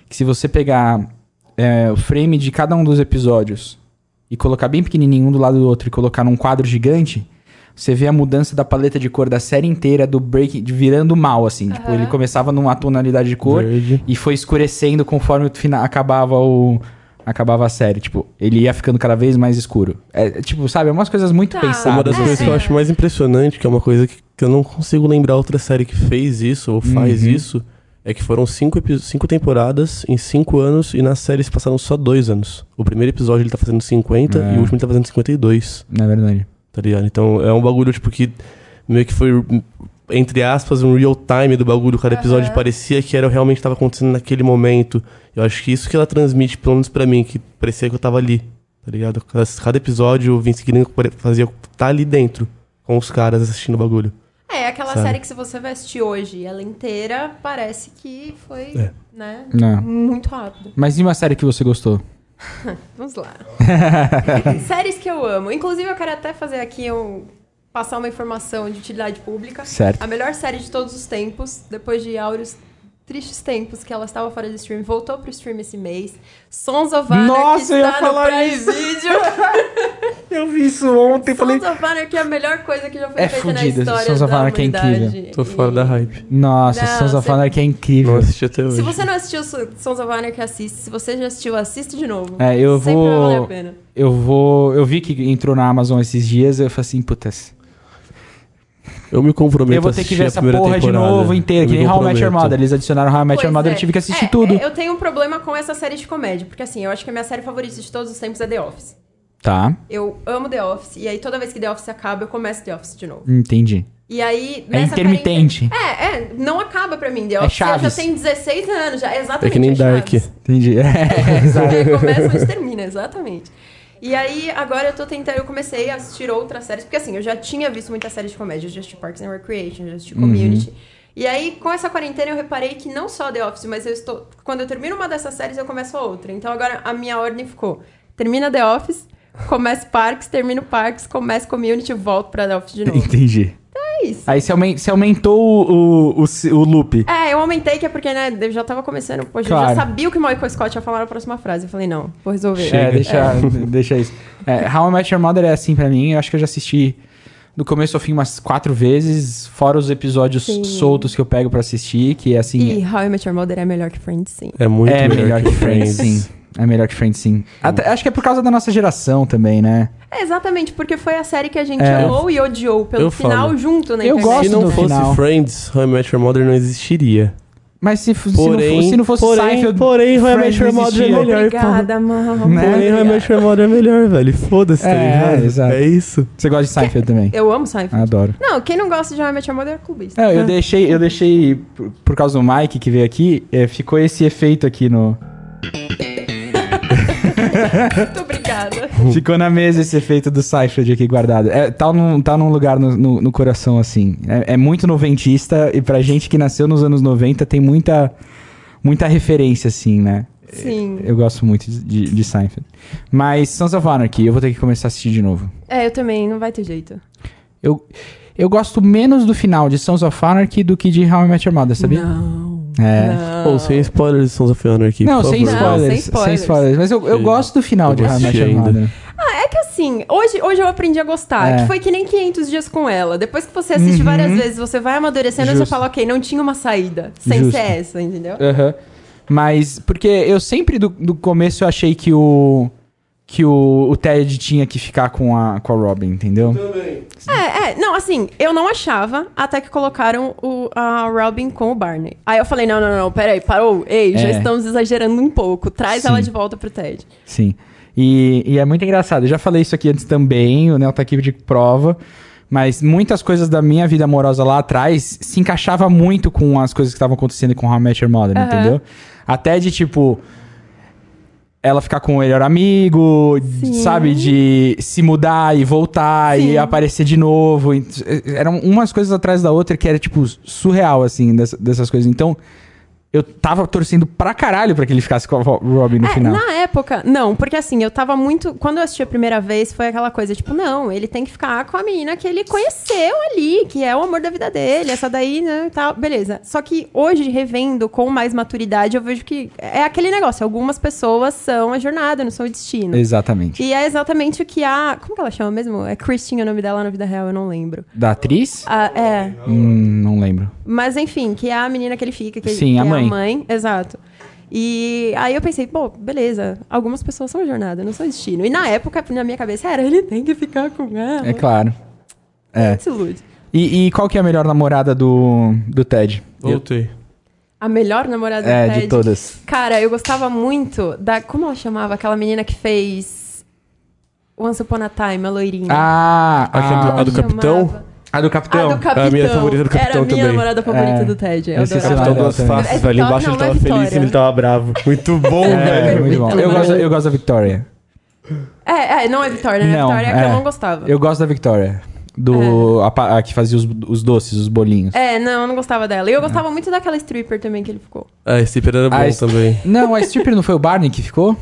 [SPEAKER 3] que se você pegar é, o frame de cada um dos episódios e colocar bem pequenininho um do lado do outro e colocar num quadro gigante, você vê a mudança da paleta de cor da série inteira do Breaking, de- virando mal, assim. Tipo, ele começava numa tonalidade de cor,
[SPEAKER 2] Verde.
[SPEAKER 3] E foi escurecendo conforme o fina- acabava o. Acabava a série. Tipo, ele ia ficando cada vez mais escuro. É, tipo, sabe, é umas coisas muito
[SPEAKER 4] Tá.
[SPEAKER 3] pensadas. assim.
[SPEAKER 2] uma das
[SPEAKER 4] é.
[SPEAKER 2] coisas que eu acho mais impressionante, que é uma coisa que, que eu não consigo lembrar outra série que fez isso ou faz
[SPEAKER 3] Uhum.
[SPEAKER 2] isso, é que foram cinco, epi- cinco temporadas em cinco anos e nas séries passaram só dois anos. O primeiro episódio ele tá fazendo 50
[SPEAKER 3] É.
[SPEAKER 2] e o último ele tá fazendo 52.
[SPEAKER 3] Na é verdade.
[SPEAKER 2] tá ligado? Então é um bagulho, tipo, que meio que foi, entre aspas, um real time do bagulho. Cada episódio parecia que era realmente estava acontecendo naquele momento. Eu acho que isso que ela transmite, pelo menos pra mim, que parecia que eu tava ali, tá ligado? Cada, cada episódio, o Vince Gilligan pare- fazia tá ali dentro, com os caras assistindo o bagulho.
[SPEAKER 4] É, é aquela
[SPEAKER 2] Sabe?
[SPEAKER 4] série que se você vai assistir hoje e ela inteira, parece que foi,
[SPEAKER 2] É.
[SPEAKER 4] né,
[SPEAKER 3] Não.
[SPEAKER 4] muito rápido.
[SPEAKER 3] Mas e uma série que você gostou?
[SPEAKER 4] Vamos
[SPEAKER 2] *laughs*
[SPEAKER 4] lá. Séries que eu amo. Inclusive, eu quero até fazer aqui um... Passar uma informação de utilidade pública.
[SPEAKER 3] Certo.
[SPEAKER 4] A melhor série de todos os tempos, depois de áureos tristes tempos que ela estava fora do stream, voltou pro stream esse mês. Sons of Anarchy
[SPEAKER 2] Nossa, eu ia
[SPEAKER 4] está no
[SPEAKER 2] falar
[SPEAKER 4] Prime
[SPEAKER 2] isso. *laughs*
[SPEAKER 4] Video.
[SPEAKER 2] Eu vi isso ontem, falei.
[SPEAKER 4] Sons of Anarchy é a melhor coisa que já foi
[SPEAKER 3] É
[SPEAKER 4] feita
[SPEAKER 3] fudido,
[SPEAKER 4] na história
[SPEAKER 3] Sons of
[SPEAKER 4] da
[SPEAKER 3] Anarchy é
[SPEAKER 4] humanidade.
[SPEAKER 2] Tô fora
[SPEAKER 4] E-
[SPEAKER 2] da hype.
[SPEAKER 3] Nossa,
[SPEAKER 4] Não,
[SPEAKER 3] Sons of
[SPEAKER 4] você-
[SPEAKER 3] Anarchy é
[SPEAKER 2] Não
[SPEAKER 3] incrível.
[SPEAKER 2] assisti até hoje.
[SPEAKER 4] Se você não assistiu So- Sons of Anarchy, assiste. Se você já assistiu, assiste de novo.
[SPEAKER 3] É, eu
[SPEAKER 4] Sempre
[SPEAKER 3] vou-
[SPEAKER 4] vai valer a pena.
[SPEAKER 3] Eu vou. Eu vi que entrou na Amazon esses dias, eu falei assim, putas.
[SPEAKER 2] Eu me comprometo
[SPEAKER 3] eu vou
[SPEAKER 2] a
[SPEAKER 3] ter
[SPEAKER 2] assistir
[SPEAKER 3] que ver
[SPEAKER 2] a
[SPEAKER 3] essa porra
[SPEAKER 2] primeira
[SPEAKER 3] de
[SPEAKER 2] temporada.
[SPEAKER 3] novo inteira,
[SPEAKER 2] Eu
[SPEAKER 3] que
[SPEAKER 2] me
[SPEAKER 3] nem How I Met Your
[SPEAKER 2] comprometo.
[SPEAKER 3] Mother. Eles adicionaram How I Met Your
[SPEAKER 4] Pois
[SPEAKER 3] Mother,
[SPEAKER 4] é.
[SPEAKER 3] eu tive que assistir
[SPEAKER 4] É,
[SPEAKER 3] tudo.
[SPEAKER 4] é, eu tenho um problema com essa série de comédia, porque assim, eu acho que a minha série favorita de todos os tempos é The Office.
[SPEAKER 3] Tá,
[SPEAKER 4] Eu amo The Office, e aí toda vez que The Office acaba, eu começo The Office de novo.
[SPEAKER 3] entendi. *laughs*
[SPEAKER 4] E aí.
[SPEAKER 3] É
[SPEAKER 4] nessa
[SPEAKER 3] intermitente.
[SPEAKER 4] quarentena- É, é, não acaba pra mim. The Office
[SPEAKER 3] Chaves.
[SPEAKER 4] eu já tenho 16 anos, já. Exatamente.
[SPEAKER 2] É que nem Dark.
[SPEAKER 4] Chaves.
[SPEAKER 2] *laughs*
[SPEAKER 3] Entendi.
[SPEAKER 4] É, começa, mas termina, exatamente. E aí, agora eu tô tentando, eu comecei a assistir outras séries, porque assim, eu já tinha visto muitas séries de comédia, eu já assisti Parks and Recreation, eu já assisti Community. E aí, com essa quarentena, eu reparei que não só The Office, mas eu estou. Quando eu termino uma dessas séries, eu começo a outra. Então agora a minha ordem ficou: termina The Office, começo Parks, termino Parks, começo Community, volto pra The Office de novo.
[SPEAKER 3] *laughs* Entendi.
[SPEAKER 4] É isso.
[SPEAKER 3] Aí você, aumen- você aumentou o, o, o, ci- o loop.
[SPEAKER 4] É, eu aumentei que é porque, né, eu já tava começando, poxa,
[SPEAKER 3] Claro.
[SPEAKER 4] eu já sabia o que o Michael Scott ia falar na próxima frase. Eu falei, não, vou resolver.
[SPEAKER 3] É, deixa, *laughs* deixa isso. É, How I Met Your Mother é assim pra mim. Eu acho que eu já assisti do começo ao fim umas quatro vezes, fora os episódios
[SPEAKER 4] Sim.
[SPEAKER 3] soltos que eu pego pra assistir, que é assim.
[SPEAKER 4] E How I Met Your Mother é melhor que Friends, sim.
[SPEAKER 2] É muito
[SPEAKER 3] é melhor que Friends, sim. É melhor que Friends, sim. Até- acho que é por causa da nossa geração também, né?
[SPEAKER 4] É, exatamente, porque foi a série que a gente
[SPEAKER 3] É.
[SPEAKER 4] amou e odiou pelo
[SPEAKER 2] eu
[SPEAKER 4] final
[SPEAKER 2] falo.
[SPEAKER 4] junto na
[SPEAKER 3] Eu
[SPEAKER 4] internet.
[SPEAKER 3] gosto
[SPEAKER 2] Se não
[SPEAKER 3] do
[SPEAKER 2] fosse
[SPEAKER 3] final.
[SPEAKER 2] Friends, How I Met Your Mother não existiria.
[SPEAKER 3] Mas Tipo, se, f- se
[SPEAKER 2] Porém,
[SPEAKER 3] não, fo- se não fosse
[SPEAKER 2] porém,
[SPEAKER 3] Seinfeld...
[SPEAKER 2] porém, How I Met
[SPEAKER 3] Friends
[SPEAKER 2] Your Mother é
[SPEAKER 3] existia.
[SPEAKER 2] melhor.
[SPEAKER 4] Obrigada, mal.
[SPEAKER 3] Né?
[SPEAKER 2] Porém, How I Met Your Mother é melhor, velho. Foda-se, tá
[SPEAKER 3] É,
[SPEAKER 2] ligado?
[SPEAKER 3] exato.
[SPEAKER 2] É isso.
[SPEAKER 3] Você gosta de Seinfeld também?
[SPEAKER 4] Eu amo Seinfeld.
[SPEAKER 3] Adoro.
[SPEAKER 4] Não, quem não gosta de How I Met Your Mother é clubista.
[SPEAKER 3] Não, eu deixei, eu deixei por, por causa do Mike que veio aqui, é, ficou esse efeito aqui no... É.
[SPEAKER 4] Muito obrigada.
[SPEAKER 2] Hum.
[SPEAKER 3] Ficou na mesa esse efeito do Seinfeld aqui guardado. É, tá, num, tá num lugar no, no- no coração, assim. É, é muito noventista e pra gente que nasceu nos anos 90 tem muita, muita referência, assim, né?
[SPEAKER 4] Sim.
[SPEAKER 3] Eu gosto muito de, de, de Seinfeld. Mas Sons of Anarchy, eu vou ter que começar a assistir de novo.
[SPEAKER 4] É, eu também, não vai ter jeito.
[SPEAKER 3] Eu, eu gosto menos do final de Sons of Anarchy do que de How I Met Your Mother, sabia?
[SPEAKER 4] Não.
[SPEAKER 3] É.
[SPEAKER 4] Não.
[SPEAKER 2] Ou sem spoilers de Sons of Anarchy,
[SPEAKER 3] Não,
[SPEAKER 2] por
[SPEAKER 3] sem
[SPEAKER 2] favor.
[SPEAKER 4] spoiler.
[SPEAKER 3] spoilers,
[SPEAKER 4] Não, sem
[SPEAKER 3] sem
[SPEAKER 4] spoilers.
[SPEAKER 3] spoilers. Mas eu, eu
[SPEAKER 2] Sim.
[SPEAKER 3] gosto do final
[SPEAKER 2] Eu
[SPEAKER 3] de
[SPEAKER 2] vou
[SPEAKER 3] How I Met
[SPEAKER 2] assistir
[SPEAKER 3] Your
[SPEAKER 2] ainda.
[SPEAKER 3] Mother.
[SPEAKER 4] É que assim, hoje, hoje eu aprendi a gostar,
[SPEAKER 3] É. Uhum.
[SPEAKER 4] que foi que nem 500 dias com ela. Depois que você assiste várias vezes, você vai amadurecendo e
[SPEAKER 3] Justo.
[SPEAKER 4] você fala, ok, não tinha uma saída sem
[SPEAKER 3] Justo.
[SPEAKER 4] ser essa, entendeu?
[SPEAKER 3] Aham. Mas, porque eu sempre do, do começo eu achei que o. Que o, o Ted tinha que ficar com a, com a Robin, entendeu?
[SPEAKER 4] É, é, não, assim, eu não achava até que colocaram o, a Robin com o Barney. Aí eu falei, não, não, não, peraí, parou, ei, já
[SPEAKER 3] É.
[SPEAKER 4] estamos exagerando um pouco, traz
[SPEAKER 3] Sim.
[SPEAKER 4] ela de volta pro Ted.
[SPEAKER 3] Sim. E, e é muito engraçado. Eu já falei isso aqui antes também, o Nel tá aqui de prova. Mas muitas coisas da minha vida amorosa lá atrás se encaixava muito com as coisas que estavam acontecendo com How I Met Your Mother,
[SPEAKER 4] Aham.
[SPEAKER 3] entendeu? Até de tipo. Ela ficar com o melhor amigo,
[SPEAKER 4] Sim.
[SPEAKER 3] sabe? De se mudar e voltar e
[SPEAKER 4] Sim.
[SPEAKER 3] aparecer de novo. E, eh, Eram umas coisas atrás da outra que era, tipo, surreal, assim, dessa- dessas coisas. Então, eu tava torcendo pra caralho pra que ele ficasse com a Ro- Robin no
[SPEAKER 4] É,
[SPEAKER 3] final.
[SPEAKER 4] na época, não, porque assim, eu tava muito. Quando eu assisti a primeira vez, foi aquela coisa, tipo, não, ele tem que ficar com a menina que ele conheceu ali, que é o amor da vida dele, essa daí, né, e tal, beleza. Só que hoje, revendo com mais maturidade, eu vejo que é aquele negócio, algumas pessoas são a jornada, não são o destino.
[SPEAKER 3] Exatamente.
[SPEAKER 4] E é exatamente o que a. Como que ela chama mesmo? É Christine o nome dela na vida real, eu não lembro.
[SPEAKER 3] Da atriz?
[SPEAKER 4] Ah, é.
[SPEAKER 3] Hum, não lembro.
[SPEAKER 4] Mas enfim, que é a menina que ele fica, que,
[SPEAKER 3] Sim,
[SPEAKER 4] que
[SPEAKER 3] a
[SPEAKER 4] é
[SPEAKER 3] mãe.
[SPEAKER 4] a mãe. Exato. E aí eu pensei, pô, beleza, algumas pessoas são jornada, não são destino. E na época, na minha cabeça, era, ele tem que ficar com ela.
[SPEAKER 3] É claro. É.
[SPEAKER 4] Se ilude.
[SPEAKER 3] E, e qual que é a melhor namorada do, do Ted?
[SPEAKER 2] Voltei.
[SPEAKER 4] A melhor namorada
[SPEAKER 3] É,
[SPEAKER 4] do Ted.
[SPEAKER 3] de todas.
[SPEAKER 4] Cara, eu gostava muito da. Como ela chamava? Aquela menina que fez Once Upon a Time, a loirinha.
[SPEAKER 3] Ah,
[SPEAKER 2] A que é
[SPEAKER 3] a,
[SPEAKER 2] do-
[SPEAKER 4] Como
[SPEAKER 2] a do Capitão?
[SPEAKER 4] chamava?
[SPEAKER 3] a do Capitão.
[SPEAKER 4] a do Capitão.
[SPEAKER 2] a minha favorita do
[SPEAKER 4] Era a
[SPEAKER 2] Capitão
[SPEAKER 4] minha
[SPEAKER 2] também.
[SPEAKER 4] namorada favorita
[SPEAKER 3] É.
[SPEAKER 4] do Ted. Eu
[SPEAKER 3] Esse
[SPEAKER 2] Esse
[SPEAKER 4] adorava.
[SPEAKER 2] Capitão
[SPEAKER 3] Capitão
[SPEAKER 2] Duas
[SPEAKER 3] também.
[SPEAKER 2] Faces,
[SPEAKER 4] É
[SPEAKER 2] velho.
[SPEAKER 4] Vitória,
[SPEAKER 2] Embaixo
[SPEAKER 4] não,
[SPEAKER 2] ele
[SPEAKER 4] não é
[SPEAKER 2] tava feliz e
[SPEAKER 4] Vitória.
[SPEAKER 2] ele tava bravo. Muito bom,
[SPEAKER 3] *laughs* É,
[SPEAKER 2] velho.
[SPEAKER 3] muito bom. Eu gosto, eu gosto da Victoria.
[SPEAKER 4] É, é, não é Vitória, né?
[SPEAKER 3] Não,
[SPEAKER 4] Vitória é que
[SPEAKER 3] é.
[SPEAKER 4] eu não gostava.
[SPEAKER 3] Eu gosto da Victoria. Do, a pa- a que fazia os, os doces, os bolinhos.
[SPEAKER 4] É, não, eu não gostava dela. E eu gostava muito daquela stripper também que ele ficou.
[SPEAKER 2] Ah, esse hiper era bom
[SPEAKER 3] Ah, esse-
[SPEAKER 2] também. Tá,
[SPEAKER 3] Não, a stripper não foi o Barney que ficou?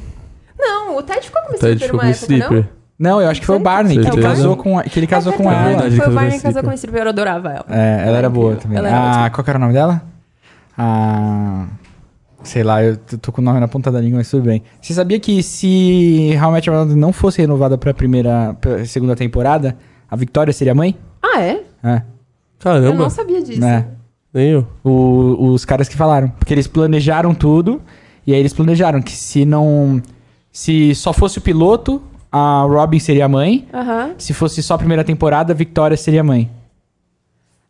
[SPEAKER 4] Não, o Ted ficou com uma
[SPEAKER 2] Tá,
[SPEAKER 4] stripper
[SPEAKER 2] ele ficou
[SPEAKER 4] uma
[SPEAKER 2] com
[SPEAKER 4] época,
[SPEAKER 2] stripper.
[SPEAKER 4] não?
[SPEAKER 3] Não, eu acho que foi o
[SPEAKER 4] Certeza.
[SPEAKER 3] Barney, que ele
[SPEAKER 4] É o
[SPEAKER 3] casou
[SPEAKER 4] Barney?
[SPEAKER 3] com, a- que ele casou
[SPEAKER 4] É
[SPEAKER 3] com
[SPEAKER 4] verdade,
[SPEAKER 3] ela.
[SPEAKER 2] verdade,
[SPEAKER 4] Foi o
[SPEAKER 2] casou
[SPEAKER 4] Barney
[SPEAKER 2] com
[SPEAKER 4] que casou
[SPEAKER 2] stripper.
[SPEAKER 4] com a stripper, eu adorava ela.
[SPEAKER 3] É, ela era boa
[SPEAKER 4] incrível.
[SPEAKER 3] também.
[SPEAKER 4] Ela era
[SPEAKER 3] ah,
[SPEAKER 4] ótima.
[SPEAKER 3] qual que era o nome dela? Ah, sei lá, eu t- tô com o nome na ponta da língua, mas tudo bem. Você sabia que se How I Met Your Mother não fosse renovada pra primeira, pra segunda temporada, a Victoria seria mãe?
[SPEAKER 4] Ah, é?
[SPEAKER 3] É,
[SPEAKER 4] Eu
[SPEAKER 2] Caramba,
[SPEAKER 4] não sabia disso.
[SPEAKER 3] né?
[SPEAKER 2] nem eu.
[SPEAKER 3] O- os caras que falaram. Porque eles planejaram tudo. E aí eles planejaram que se não. Se só fosse o piloto, a Robin seria a mãe.
[SPEAKER 4] Aham.
[SPEAKER 3] Se fosse só a primeira temporada, a Victoria seria a mãe.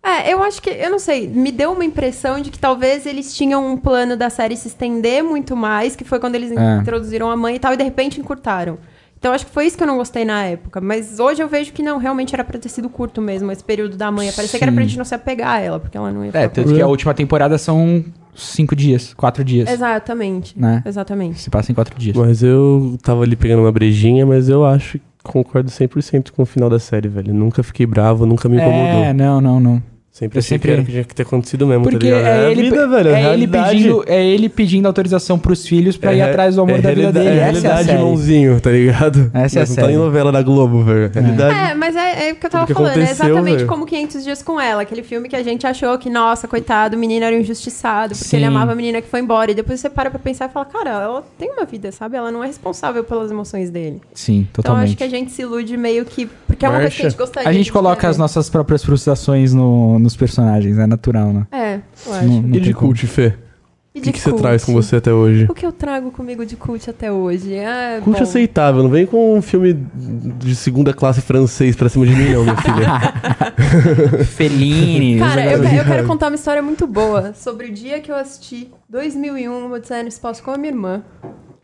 [SPEAKER 4] É, eu acho que, eu não sei, me deu uma impressão de que talvez eles tinham um plano da série se estender muito mais, que foi quando eles
[SPEAKER 3] É.
[SPEAKER 4] introduziram a mãe e tal, e de repente encurtaram. Então acho que foi isso que eu não gostei na época. Mas hoje eu vejo que não, realmente era pra ter sido curto mesmo esse período da mãe. Parecia que era pra
[SPEAKER 3] Sim.
[SPEAKER 4] gente não se apegar a ela, porque ela não ia
[SPEAKER 3] É,
[SPEAKER 4] ficar.
[SPEAKER 3] tanto que a última temporada são cinco dias, quatro dias.
[SPEAKER 4] Exatamente.
[SPEAKER 3] Né?
[SPEAKER 4] Exatamente.
[SPEAKER 3] Se passa em quatro dias.
[SPEAKER 2] Mas eu tava ali pegando uma brejinha, mas eu acho que concordo 100% com o final da série, velho. Nunca fiquei bravo, nunca me incomodou.
[SPEAKER 3] É, não, não, não.
[SPEAKER 2] Sempre
[SPEAKER 3] eu
[SPEAKER 2] achei
[SPEAKER 3] sempre-
[SPEAKER 2] que era o que tinha que ter acontecido mesmo, tá
[SPEAKER 3] Porque
[SPEAKER 2] ligado?
[SPEAKER 3] é,
[SPEAKER 2] a
[SPEAKER 3] ele,
[SPEAKER 2] vida,
[SPEAKER 3] pe-
[SPEAKER 2] velho, a
[SPEAKER 3] é, ele
[SPEAKER 2] realidade.
[SPEAKER 3] pedindo, é ele pedindo autorização pros filhos pra
[SPEAKER 2] É
[SPEAKER 3] ir
[SPEAKER 2] re-
[SPEAKER 3] atrás do amor
[SPEAKER 2] é
[SPEAKER 3] da vida
[SPEAKER 2] realidade-
[SPEAKER 3] dele.
[SPEAKER 2] É
[SPEAKER 3] Essa é a
[SPEAKER 2] realidade,
[SPEAKER 3] série.
[SPEAKER 2] irmãozinho, tá ligado?
[SPEAKER 3] Essa é a
[SPEAKER 2] Mas Não tá
[SPEAKER 3] série.
[SPEAKER 2] em novela da Globo, velho. Realidade.
[SPEAKER 4] É, mas é, é o que eu tava
[SPEAKER 2] Tudo que
[SPEAKER 4] falando, é
[SPEAKER 2] aconteceu,
[SPEAKER 4] exatamente
[SPEAKER 2] velho.
[SPEAKER 4] como 500 Dias com Ela, aquele filme que a gente achou que, nossa, coitado, o menino era um injustiçado, porque ele
[SPEAKER 3] Sim.
[SPEAKER 4] amava a menina que foi embora. E depois você para pra pensar e fala, cara, ela tem uma vida, sabe? Ela não é responsável pelas emoções dele.
[SPEAKER 3] Sim,
[SPEAKER 4] Então eu
[SPEAKER 3] totalmente.
[SPEAKER 4] acho que a gente se ilude meio que. Porque é uma coisa que a gente
[SPEAKER 2] Marcha.
[SPEAKER 4] gostaria.
[SPEAKER 3] A gente
[SPEAKER 4] de
[SPEAKER 3] coloca as
[SPEAKER 4] fazer.
[SPEAKER 3] nossas próprias frustrações no- nos personagens, é natural, né?
[SPEAKER 4] É, eu acho.
[SPEAKER 3] Não- não
[SPEAKER 2] E
[SPEAKER 3] tem
[SPEAKER 2] de
[SPEAKER 3] como.
[SPEAKER 2] cult, Fê?
[SPEAKER 4] E
[SPEAKER 2] Hum, O
[SPEAKER 4] de
[SPEAKER 2] que, que você
[SPEAKER 4] cult?
[SPEAKER 2] traz com você até hoje?
[SPEAKER 4] O que eu trago comigo de cult até hoje? É,
[SPEAKER 2] Cult
[SPEAKER 4] bom,
[SPEAKER 2] aceitável, não vem com um filme de segunda classe francês pra cima de mim, não,
[SPEAKER 4] *laughs*
[SPEAKER 2] minha filha.
[SPEAKER 3] Fellini.
[SPEAKER 4] Cara,
[SPEAKER 2] né,
[SPEAKER 3] esse
[SPEAKER 4] eu,
[SPEAKER 3] negócio.
[SPEAKER 4] que-
[SPEAKER 2] *laughs*
[SPEAKER 4] eu quero contar uma história muito boa sobre o dia que eu assisti 2001 Uma Odisseia no Espaço um, com a minha irmã.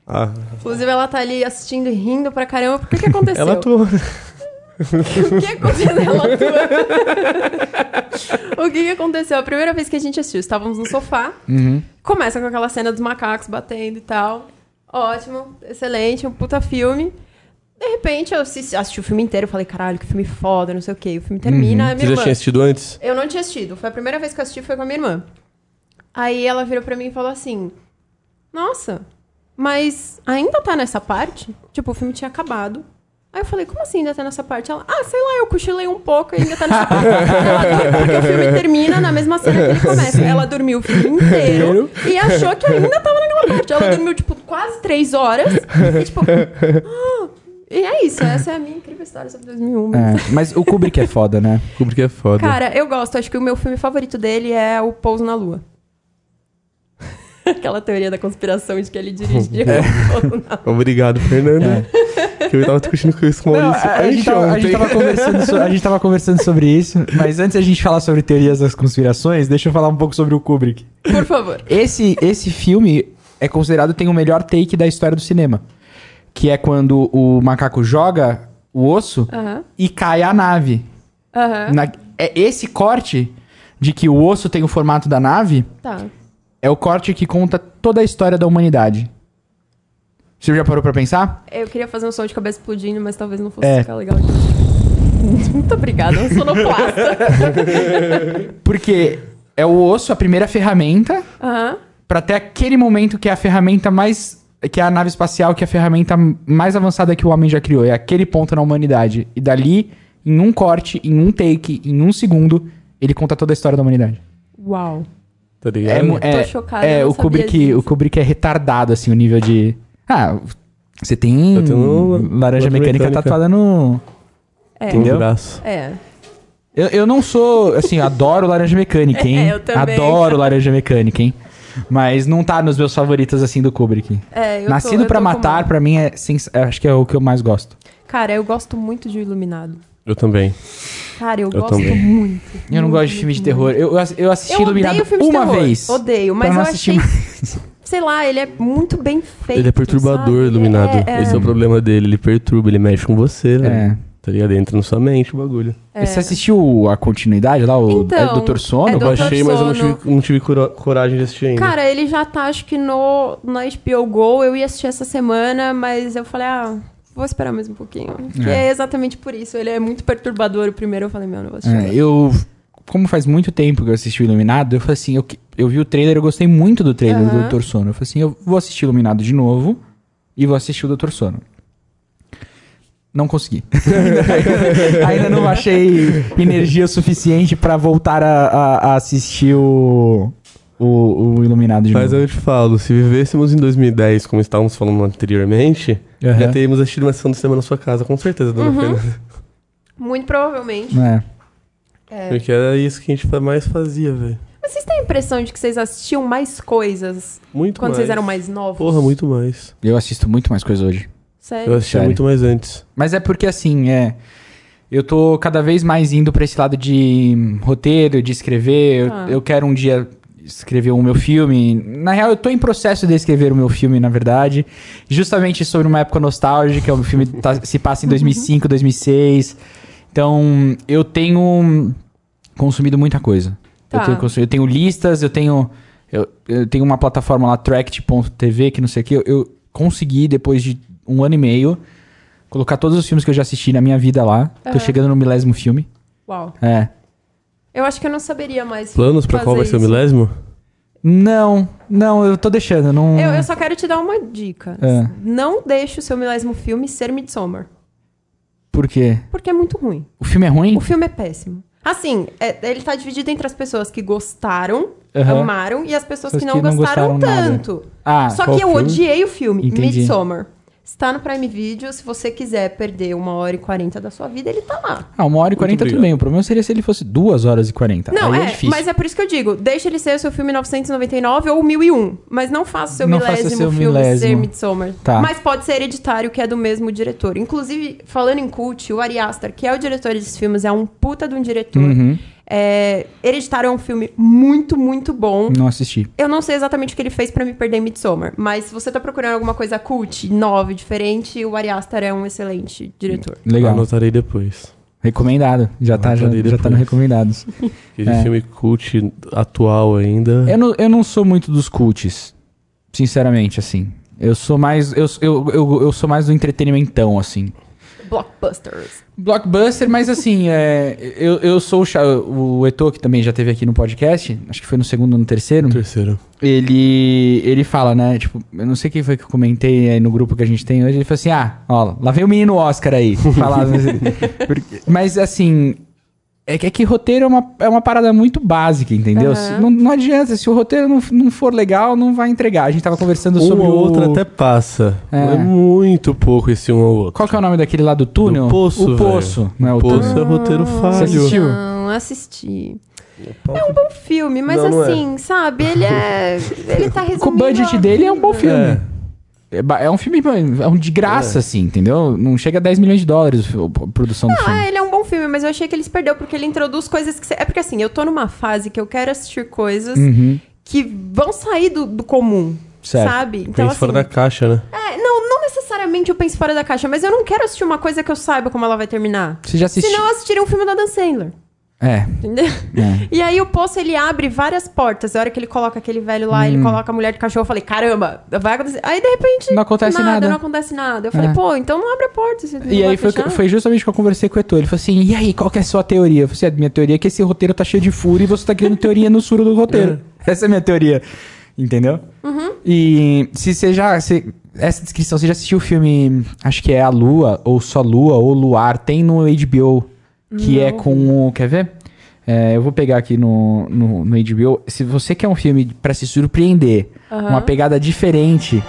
[SPEAKER 2] Ah,
[SPEAKER 4] Inclusive, ela tá ali assistindo e rindo pra caramba. Por que que aconteceu?
[SPEAKER 2] ela atua.
[SPEAKER 4] O que aconteceu? *laughs* Ela atua. o que que aconteceu? A primeira vez que a gente assistiu, estávamos no sofá.
[SPEAKER 3] Uhum.
[SPEAKER 4] Começa com aquela cena dos macacos batendo e tal. Ótimo, excelente, um puta filme. De repente, eu assis- assisti o filme inteiro. Falei, caralho, que filme foda, não sei o quê. O filme termina, a minha
[SPEAKER 2] Uhum. Você já
[SPEAKER 4] irmã...
[SPEAKER 2] tinha assistido antes?
[SPEAKER 4] Eu não tinha assistido. Foi a primeira vez que eu assisti, foi com a minha irmã. Aí ela virou pra mim e falou assim: Nossa, mas ainda tá nessa parte? Tipo, o filme tinha acabado. Aí eu falei, como assim ainda tá nessa parte? Ela, ah, sei lá, eu cochilei um pouco e ainda tá nessa parte. Ela, "Não, porque o filme termina na mesma cena que ele começa. Ela dormiu o filme inteiro e achou que ainda tava naquela parte. Ela dormiu, tipo, quase três horas. E, tipo, "Ah." e é isso. Essa é a minha incrível história sobre 2001.
[SPEAKER 3] É, mas o Kubrick é foda, né?
[SPEAKER 2] Kubrick é foda.
[SPEAKER 4] Cara, eu gosto. Acho que o meu filme favorito dele é O Pouso na Lua. *laughs* Aquela teoria da conspiração de que ele
[SPEAKER 3] *laughs*
[SPEAKER 4] dirigiu
[SPEAKER 3] É.
[SPEAKER 4] o Pouso na Lua.
[SPEAKER 2] Obrigado, Fernanda.
[SPEAKER 4] *laughs*
[SPEAKER 2] Que eu tava discutindo com isso com o
[SPEAKER 3] Não,
[SPEAKER 2] Maurício.
[SPEAKER 3] a, a gente tava, a gente tava conversando so- a gente tava conversando sobre isso, mas antes a gente falar sobre teorias das conspirações, deixa eu falar um pouco sobre o Kubrick.
[SPEAKER 4] Por favor.
[SPEAKER 3] Esse, esse filme é considerado tem o melhor take da história do cinema. Que é quando o macaco joga o osso
[SPEAKER 4] Aham.
[SPEAKER 3] e cai a nave.
[SPEAKER 4] Aham.
[SPEAKER 3] Na- é esse corte de que o osso tem o formato da nave
[SPEAKER 4] Tá.
[SPEAKER 3] é o corte que conta toda a história da humanidade. Você já parou pra pensar?
[SPEAKER 4] Eu queria fazer um som de cabeça explodindo, mas talvez não fosse
[SPEAKER 3] É.
[SPEAKER 4] ficar legal. *laughs* Muito obrigada, um sonoplasta.
[SPEAKER 3] Porque é o osso a primeira ferramenta
[SPEAKER 4] *laughs* Aham.
[SPEAKER 3] pra até aquele momento que é a ferramenta mais que é a nave espacial, que é a ferramenta mais avançada que o homem já criou, é aquele ponto na humanidade. E dali, em um corte, em um take, em um segundo, ele conta toda a história da humanidade.
[SPEAKER 4] Uau.
[SPEAKER 2] Tá ligado?
[SPEAKER 3] É, mu- é,
[SPEAKER 4] chocada,
[SPEAKER 3] é,
[SPEAKER 4] eu não
[SPEAKER 3] o
[SPEAKER 4] sabia
[SPEAKER 3] Kubrick,
[SPEAKER 4] disso.
[SPEAKER 3] o Kubrick é retardado assim o nível de Ah, você tem
[SPEAKER 2] Eu tenho
[SPEAKER 3] laranja
[SPEAKER 2] laranja
[SPEAKER 3] mecânica
[SPEAKER 2] mecânica.
[SPEAKER 3] tatuada no
[SPEAKER 4] É.
[SPEAKER 2] Tem
[SPEAKER 3] Entendeu?
[SPEAKER 2] um braço.
[SPEAKER 4] É.
[SPEAKER 3] Eu, eu não sou,
[SPEAKER 4] *laughs*
[SPEAKER 3] assim, eu adoro laranja mecânica, hein?
[SPEAKER 4] É, eu também. *laughs*
[SPEAKER 3] Adoro laranja mecânica, hein? Mas não tá nos meus favoritos assim do Kubrick.
[SPEAKER 4] É, eu tô-
[SPEAKER 3] Nascido
[SPEAKER 4] eu
[SPEAKER 3] pra
[SPEAKER 4] tô com
[SPEAKER 3] matar,
[SPEAKER 4] uma-
[SPEAKER 3] pra mim, é sens- é, acho que é o que eu mais gosto.
[SPEAKER 4] Cara, eu gosto muito de O Iluminado.
[SPEAKER 2] Eu também.
[SPEAKER 4] Cara, eu,
[SPEAKER 2] Eu
[SPEAKER 4] gosto
[SPEAKER 2] também.
[SPEAKER 4] muito.
[SPEAKER 3] Eu não
[SPEAKER 4] muito,
[SPEAKER 3] gosto de filme de terror. Eu, eu ass- eu assisti
[SPEAKER 4] Uhum. Eu
[SPEAKER 3] Iluminado
[SPEAKER 4] odeio filme de
[SPEAKER 3] uma
[SPEAKER 4] terror.
[SPEAKER 3] vez.
[SPEAKER 4] Odeio, mas
[SPEAKER 3] não
[SPEAKER 4] eu
[SPEAKER 3] assistir
[SPEAKER 4] achei. Sei lá, ele é muito bem feito.
[SPEAKER 2] Ele é perturbador,
[SPEAKER 4] sabe?
[SPEAKER 2] iluminado.
[SPEAKER 4] É, é.
[SPEAKER 2] Esse é o problema dele. Ele perturba, ele mexe com você, velho.
[SPEAKER 3] É.
[SPEAKER 2] Tá ligado? Entra na sua mente o bagulho.
[SPEAKER 3] Você assistiu a continuidade lá, o
[SPEAKER 4] É. Então,
[SPEAKER 3] Dr. Sono?
[SPEAKER 4] é
[SPEAKER 2] Eu
[SPEAKER 4] Doutor
[SPEAKER 2] baixei, mas eu não
[SPEAKER 4] Sono.
[SPEAKER 2] tive, não tive cura- coragem de assistir ainda.
[SPEAKER 4] Cara, ele já tá, acho que no, na HBO Go, eu ia assistir essa semana, mas eu falei, ah, vou esperar mais um pouquinho. Que é. exatamente por isso. Ele é muito perturbador. O primeiro eu falei, meu, não vou assistir.
[SPEAKER 3] É, eu, como faz muito tempo que eu assisti o Iluminado, eu falei assim, eu, que- eu vi o trailer, eu gostei muito do trailer do Doutor Sono. Eu falei assim, eu vou assistir o Iluminado de novo e vou assistir o Doutor Sono. Não consegui. Ainda não achei energia suficiente pra voltar a, a- a assistir o, o, o Iluminado de
[SPEAKER 2] Mas
[SPEAKER 3] novo.
[SPEAKER 2] eu te falo, se vivêssemos em 2010, como estávamos falando anteriormente,
[SPEAKER 3] Aham.
[SPEAKER 2] já teríamos assistido uma sessão do cinema na sua casa, com certeza, dona
[SPEAKER 4] Uhum.
[SPEAKER 2] Fernanda.
[SPEAKER 4] Muito provavelmente.
[SPEAKER 3] É.
[SPEAKER 4] É.
[SPEAKER 2] Porque era isso que a gente fa- mais fazia, velho.
[SPEAKER 4] Mas vocês têm a impressão de que vocês assistiam mais coisas
[SPEAKER 2] Muito
[SPEAKER 4] quando
[SPEAKER 2] mais.
[SPEAKER 4] vocês eram mais novos?
[SPEAKER 2] Porra, muito mais.
[SPEAKER 3] Eu assisto muito mais coisa hoje.
[SPEAKER 4] Sério?
[SPEAKER 2] Eu assistia
[SPEAKER 3] Sério.
[SPEAKER 2] muito mais antes.
[SPEAKER 3] Mas é porque assim, é. Eu tô cada vez mais indo pra esse lado de hum, roteiro, de escrever. Eu-
[SPEAKER 4] Ah.
[SPEAKER 3] Eu, quero um dia escrever o meu filme. Na real, eu tô em processo de escrever o meu filme, na verdade. Justamente sobre uma época nostálgica. O filme
[SPEAKER 4] *laughs*
[SPEAKER 3] tá- se passa em 2005, 2006. Então, eu tenho consumido muita coisa. Eu,
[SPEAKER 4] Tá.
[SPEAKER 3] tenho consumido- eu tenho listas, eu tenho. Eu, eu tenho uma plataforma lá, tract.tv, que não sei o que. Eu, eu consegui, depois de um ano e meio, colocar todos os filmes que eu já assisti na minha vida lá. Tô
[SPEAKER 4] Aham.
[SPEAKER 3] chegando no milésimo filme.
[SPEAKER 4] Uau.
[SPEAKER 3] É.
[SPEAKER 4] Eu acho que eu não saberia mais.
[SPEAKER 2] Planos pra qual vai
[SPEAKER 4] fazer
[SPEAKER 2] ser o
[SPEAKER 4] isso.
[SPEAKER 2] milésimo?
[SPEAKER 3] Não, não, eu tô deixando. Não...
[SPEAKER 4] Eu, eu só quero te dar uma dica.
[SPEAKER 3] Hum. É.
[SPEAKER 4] Não deixe o seu milésimo filme ser Midsommar.
[SPEAKER 3] Por quê?
[SPEAKER 4] Porque é muito ruim.
[SPEAKER 3] O filme é ruim?
[SPEAKER 4] O filme é péssimo. Assim, é- ele tá dividido entre as pessoas que gostaram,
[SPEAKER 3] Aham.
[SPEAKER 4] amaram, e as pessoas
[SPEAKER 3] Pessoas
[SPEAKER 4] que não gostaram,
[SPEAKER 3] nada.
[SPEAKER 4] tanto.
[SPEAKER 3] Ah,
[SPEAKER 4] Só
[SPEAKER 2] qual
[SPEAKER 4] que eu
[SPEAKER 2] filme?
[SPEAKER 4] odiei o filme,
[SPEAKER 3] Entendi.
[SPEAKER 4] Midsommar. Está no Prime Video, se você quiser perder uma hora e quarenta da sua vida, ele tá lá.
[SPEAKER 3] ah, uma hora e quarenta tudo
[SPEAKER 2] obrigado.
[SPEAKER 3] bem. O problema seria se ele fosse duas horas e quarenta.
[SPEAKER 4] Não,
[SPEAKER 3] Aí é,
[SPEAKER 4] é,
[SPEAKER 3] difícil.
[SPEAKER 4] mas é por isso que eu digo, deixa ele ser o seu filme 999 ou 1001, mas não faça o seu
[SPEAKER 3] Não faça
[SPEAKER 4] milésimo
[SPEAKER 3] seu
[SPEAKER 4] filme ser
[SPEAKER 3] milésimo.
[SPEAKER 4] Midsommar.
[SPEAKER 3] Tá.
[SPEAKER 4] Mas pode ser Hereditário, que é do mesmo diretor. Inclusive, falando em cult, o Ari Aster, que é o diretor desses filmes, é um puta de um diretor.
[SPEAKER 3] Uhum.
[SPEAKER 4] É, Hereditário é um filme muito, muito bom.
[SPEAKER 3] Não assisti.
[SPEAKER 4] Eu não sei exatamente o que ele fez pra me perder em Midsommar, mas se você tá procurando alguma coisa cult, nova, diferente, o Ari Aster é um excelente diretor.
[SPEAKER 3] Legal.
[SPEAKER 2] Anotarei depois.
[SPEAKER 3] Recomendado. Já tá, já,
[SPEAKER 2] Anotarei
[SPEAKER 3] já tá
[SPEAKER 2] depois.
[SPEAKER 3] no recomendados.
[SPEAKER 2] Aquele
[SPEAKER 3] É.
[SPEAKER 2] um filme cult atual ainda.
[SPEAKER 3] Eu não, eu não sou muito dos cults, sinceramente, assim. Eu sou mais. Eu, eu, eu, eu sou mais do entretenimento, assim.
[SPEAKER 4] Blockbusters.
[SPEAKER 3] Blockbuster, mas assim, é, eu, eu sou o, cha- o Eto, que também já teve aqui no podcast, acho que foi no segundo ou no terceiro.
[SPEAKER 2] Terceiro.
[SPEAKER 3] Ele, ele fala, né? Tipo, eu não sei quem foi que eu comentei aí no grupo que a gente tem hoje. Ele falou assim: ah, ó, lá vem o menino Oscar
[SPEAKER 2] *laughs*
[SPEAKER 3] aí. falar, mas, porque- mas, assim, é que, é que roteiro é uma, é uma parada muito básica, entendeu?
[SPEAKER 4] Aham.
[SPEAKER 3] Se- não, não adianta, se o roteiro não, não for legal, não vai entregar. A gente tava conversando
[SPEAKER 2] Um
[SPEAKER 3] sobre
[SPEAKER 2] ou outro
[SPEAKER 3] o...
[SPEAKER 2] até passa.
[SPEAKER 3] É.
[SPEAKER 2] É muito pouco esse um ou outro.
[SPEAKER 3] Qual que é o nome daquele lá do túnel?
[SPEAKER 2] Do poço,
[SPEAKER 3] O
[SPEAKER 2] velho.
[SPEAKER 3] Poço. Não é o
[SPEAKER 2] Poço
[SPEAKER 3] túnel.
[SPEAKER 2] é roteiro
[SPEAKER 3] Você
[SPEAKER 2] falho.
[SPEAKER 3] assistiu?
[SPEAKER 4] Não, assisti. É um bom filme, mas
[SPEAKER 2] Não, não é.
[SPEAKER 4] assim, sabe? Ele é. Ele tá resumindo.
[SPEAKER 3] *laughs* Com o budget
[SPEAKER 4] a
[SPEAKER 3] dele é um bom
[SPEAKER 4] vida.
[SPEAKER 3] filme. É. ba- é um filme mano, é um de graça, assim, entendeu? Não chega a 10 milhões de dólares o fi- a produção do filme.
[SPEAKER 4] Ah, ele é um bom filme, mas eu achei que ele se perdeu, porque ele introduz coisas que. cê- É porque assim, eu tô numa fase que eu quero assistir coisas
[SPEAKER 3] Uhum.
[SPEAKER 4] que vão sair do, do comum.
[SPEAKER 3] Certo.
[SPEAKER 4] Sabe? Então,
[SPEAKER 2] Pense fora da caixa, né?
[SPEAKER 4] É, não, não necessariamente eu penso fora da caixa, mas eu não quero assistir uma coisa que eu saiba como ela vai terminar.
[SPEAKER 3] Você já assistiu?
[SPEAKER 4] Senão eu assistiria um filme da Dan Sandler,
[SPEAKER 3] É.
[SPEAKER 4] entendeu?
[SPEAKER 3] É.
[SPEAKER 4] E aí o Poço, ele abre várias portas. A hora que ele coloca aquele velho lá, ele coloca a mulher de cachorro, eu falei, caramba, vai acontecer. Aí, de repente...
[SPEAKER 3] Hum. Não acontece nada.
[SPEAKER 4] Não acontece nada. Eu falei,
[SPEAKER 3] É.
[SPEAKER 4] pô, então não abre a porta. Você não
[SPEAKER 3] E
[SPEAKER 4] vai
[SPEAKER 3] aí foi,
[SPEAKER 4] fechar?
[SPEAKER 3] foi justamente que eu conversei com o Etor. Ele falou assim: e aí, qual que é a sua teoria? Eu falei assim: a minha teoria é que esse roteiro tá cheio de furo e você tá criando teoria no suro do roteiro. Essa é a minha teoria. Entendeu?
[SPEAKER 4] Uhum.
[SPEAKER 3] E se você já. se- essa descrição, você já assistiu o filme, acho que é A Lua, ou Só Lua, ou Luar, tem no HBO, que é com o. Quer ver? É, eu vou pegar aqui no, no, no HBO. Se você quer um filme pra se surpreender, uma pegada diferente.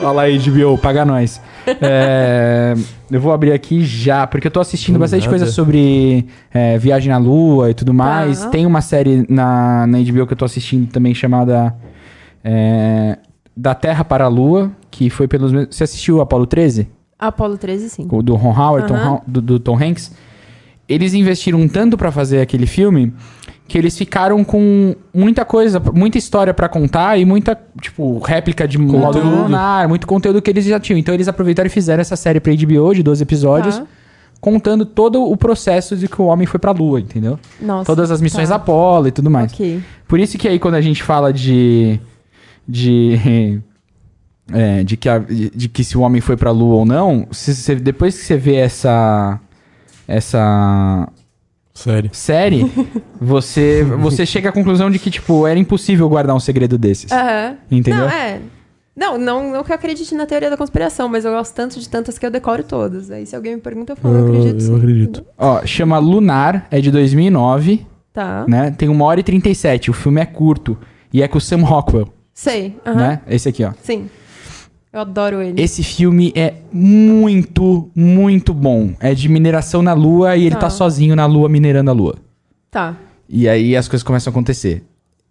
[SPEAKER 3] Olha lá, HBO, paga nós. É, eu vou abrir aqui já, porque eu tô assistindo
[SPEAKER 2] Do
[SPEAKER 3] bastante
[SPEAKER 2] nada.
[SPEAKER 3] coisa sobre é, viagem na lua e tudo mais.
[SPEAKER 4] Tá.
[SPEAKER 3] Tem uma série na, na HBO que eu tô assistindo também chamada é, Da Terra para a Lua, que foi pelos mesmos... Você assistiu Apolo 13?
[SPEAKER 4] Apolo 13, sim.
[SPEAKER 3] O do Ron Howard, Tom
[SPEAKER 4] Aham.
[SPEAKER 3] Hau- do, do Tom Hanks. Eles investiram tanto pra fazer aquele filme que eles ficaram com muita coisa, muita história pra contar e muita, tipo, réplica de módulo
[SPEAKER 2] Conteúdo.
[SPEAKER 3] lunar, muito conteúdo que eles já tinham. Então eles aproveitaram e fizeram essa série pra HBO de 12 episódios,
[SPEAKER 4] Tá.
[SPEAKER 3] contando todo o processo de que o homem foi pra lua, entendeu?
[SPEAKER 4] Nossa,
[SPEAKER 3] Todas as missões
[SPEAKER 4] tá.
[SPEAKER 3] Apolo e tudo mais.
[SPEAKER 4] Ok.
[SPEAKER 3] Por isso que aí quando a gente fala de. *laughs* de. é, de, que a- de de que se o homem foi pra lua ou não, se, se- depois que você vê essa. Essa
[SPEAKER 5] Sério.
[SPEAKER 4] *laughs*
[SPEAKER 3] série, você, você chega à conclusão de que, tipo, era impossível guardar um segredo desses.
[SPEAKER 4] Aham.
[SPEAKER 3] Entendeu?
[SPEAKER 4] É. Não, é. Não, não, não que eu acredite na teoria da conspiração, mas eu gosto tanto de tantas que eu decoro todas. Aí se alguém me pergunta, eu falo, eu acredito.
[SPEAKER 5] eu
[SPEAKER 4] sim.
[SPEAKER 5] acredito.
[SPEAKER 3] Ó, chama Lunar, é de 2009,
[SPEAKER 4] Tá.
[SPEAKER 3] né? Tem 1 hora e 37, o filme é curto. E é com o Sam Rockwell,
[SPEAKER 4] Sei. aham.
[SPEAKER 3] né? Esse aqui, ó.
[SPEAKER 4] Sim. Eu adoro ele.
[SPEAKER 3] Esse filme é muito, muito bom. É de mineração na lua e ele tá
[SPEAKER 4] Tá.
[SPEAKER 3] sozinho na lua minerando a lua.
[SPEAKER 4] Tá.
[SPEAKER 3] E aí as coisas começam a acontecer.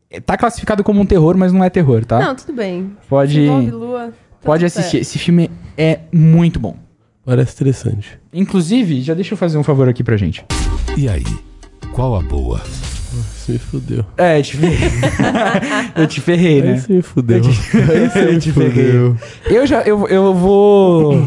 [SPEAKER 3] É, Tá classificado como um terror, mas não é terror, tá?
[SPEAKER 4] Não, tudo bem.
[SPEAKER 3] Pode-
[SPEAKER 4] Envolve lua. tá
[SPEAKER 3] Pode
[SPEAKER 4] tudo
[SPEAKER 3] assistir.
[SPEAKER 4] certo.
[SPEAKER 3] Esse filme é muito bom.
[SPEAKER 5] Parece interessante.
[SPEAKER 3] Inclusive, já deixa eu fazer um favor aqui pra gente.
[SPEAKER 1] E aí, qual a boa?
[SPEAKER 5] Você me fudeu.
[SPEAKER 3] É, eu te ferrei. *laughs* eu te ferrei,
[SPEAKER 5] Aí
[SPEAKER 3] né?
[SPEAKER 4] é.
[SPEAKER 5] você me fudeu.
[SPEAKER 3] Eu
[SPEAKER 2] *laughs*
[SPEAKER 3] te-
[SPEAKER 5] Aí você me
[SPEAKER 3] Eu te peguei.
[SPEAKER 5] fudeu.
[SPEAKER 3] Eu já. Eu, eu vou.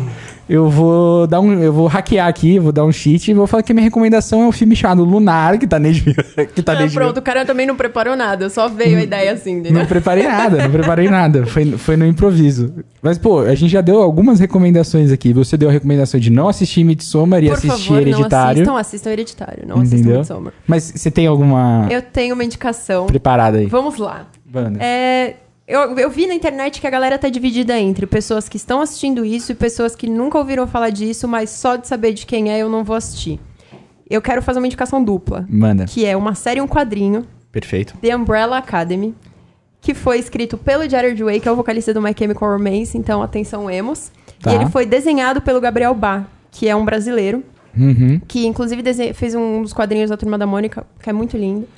[SPEAKER 3] Eu vou dar um. Eu vou hackear aqui, vou dar um cheat e vou falar que a minha recomendação é um filme chamado Lunar, que tá nem que tá
[SPEAKER 4] Ah,
[SPEAKER 3] na HBO.
[SPEAKER 4] pronto, o cara também não preparou nada, só veio a ideia assim, entendeu?
[SPEAKER 3] Não preparei nada, não preparei nada. Foi, foi no improviso. Mas, pô, a gente já deu algumas recomendações aqui. Você deu a recomendação de não assistir Midsommar e
[SPEAKER 4] Por
[SPEAKER 3] assistir
[SPEAKER 4] favor,
[SPEAKER 3] Hereditário.
[SPEAKER 4] não assistam, assistam Hereditário, não assistam
[SPEAKER 3] Entendeu?
[SPEAKER 4] Midsommar.
[SPEAKER 3] Mas você tem alguma
[SPEAKER 4] Eu tenho uma indicação.
[SPEAKER 3] preparada aí?
[SPEAKER 4] Vamos lá.
[SPEAKER 3] Banda.
[SPEAKER 4] É, eu, eu vi na internet que a galera tá dividida entre pessoas que estão assistindo isso e pessoas que nunca ouviram falar disso, mas só de saber de quem é eu não vou assistir. Eu quero fazer uma indicação dupla,
[SPEAKER 3] Manda.
[SPEAKER 4] que é uma série e um quadrinho,
[SPEAKER 3] Perfeito.
[SPEAKER 4] The Umbrella Academy, que foi escrito pelo Jared Way, que é o vocalista do My Chemical Romance, então atenção emos.
[SPEAKER 3] Tá.
[SPEAKER 4] E ele foi desenhado pelo Gabriel Bá, que é um brasileiro
[SPEAKER 3] Uhum.
[SPEAKER 4] que inclusive dese- fez um dos quadrinhos da Turma da Mônica, que é muito lindo.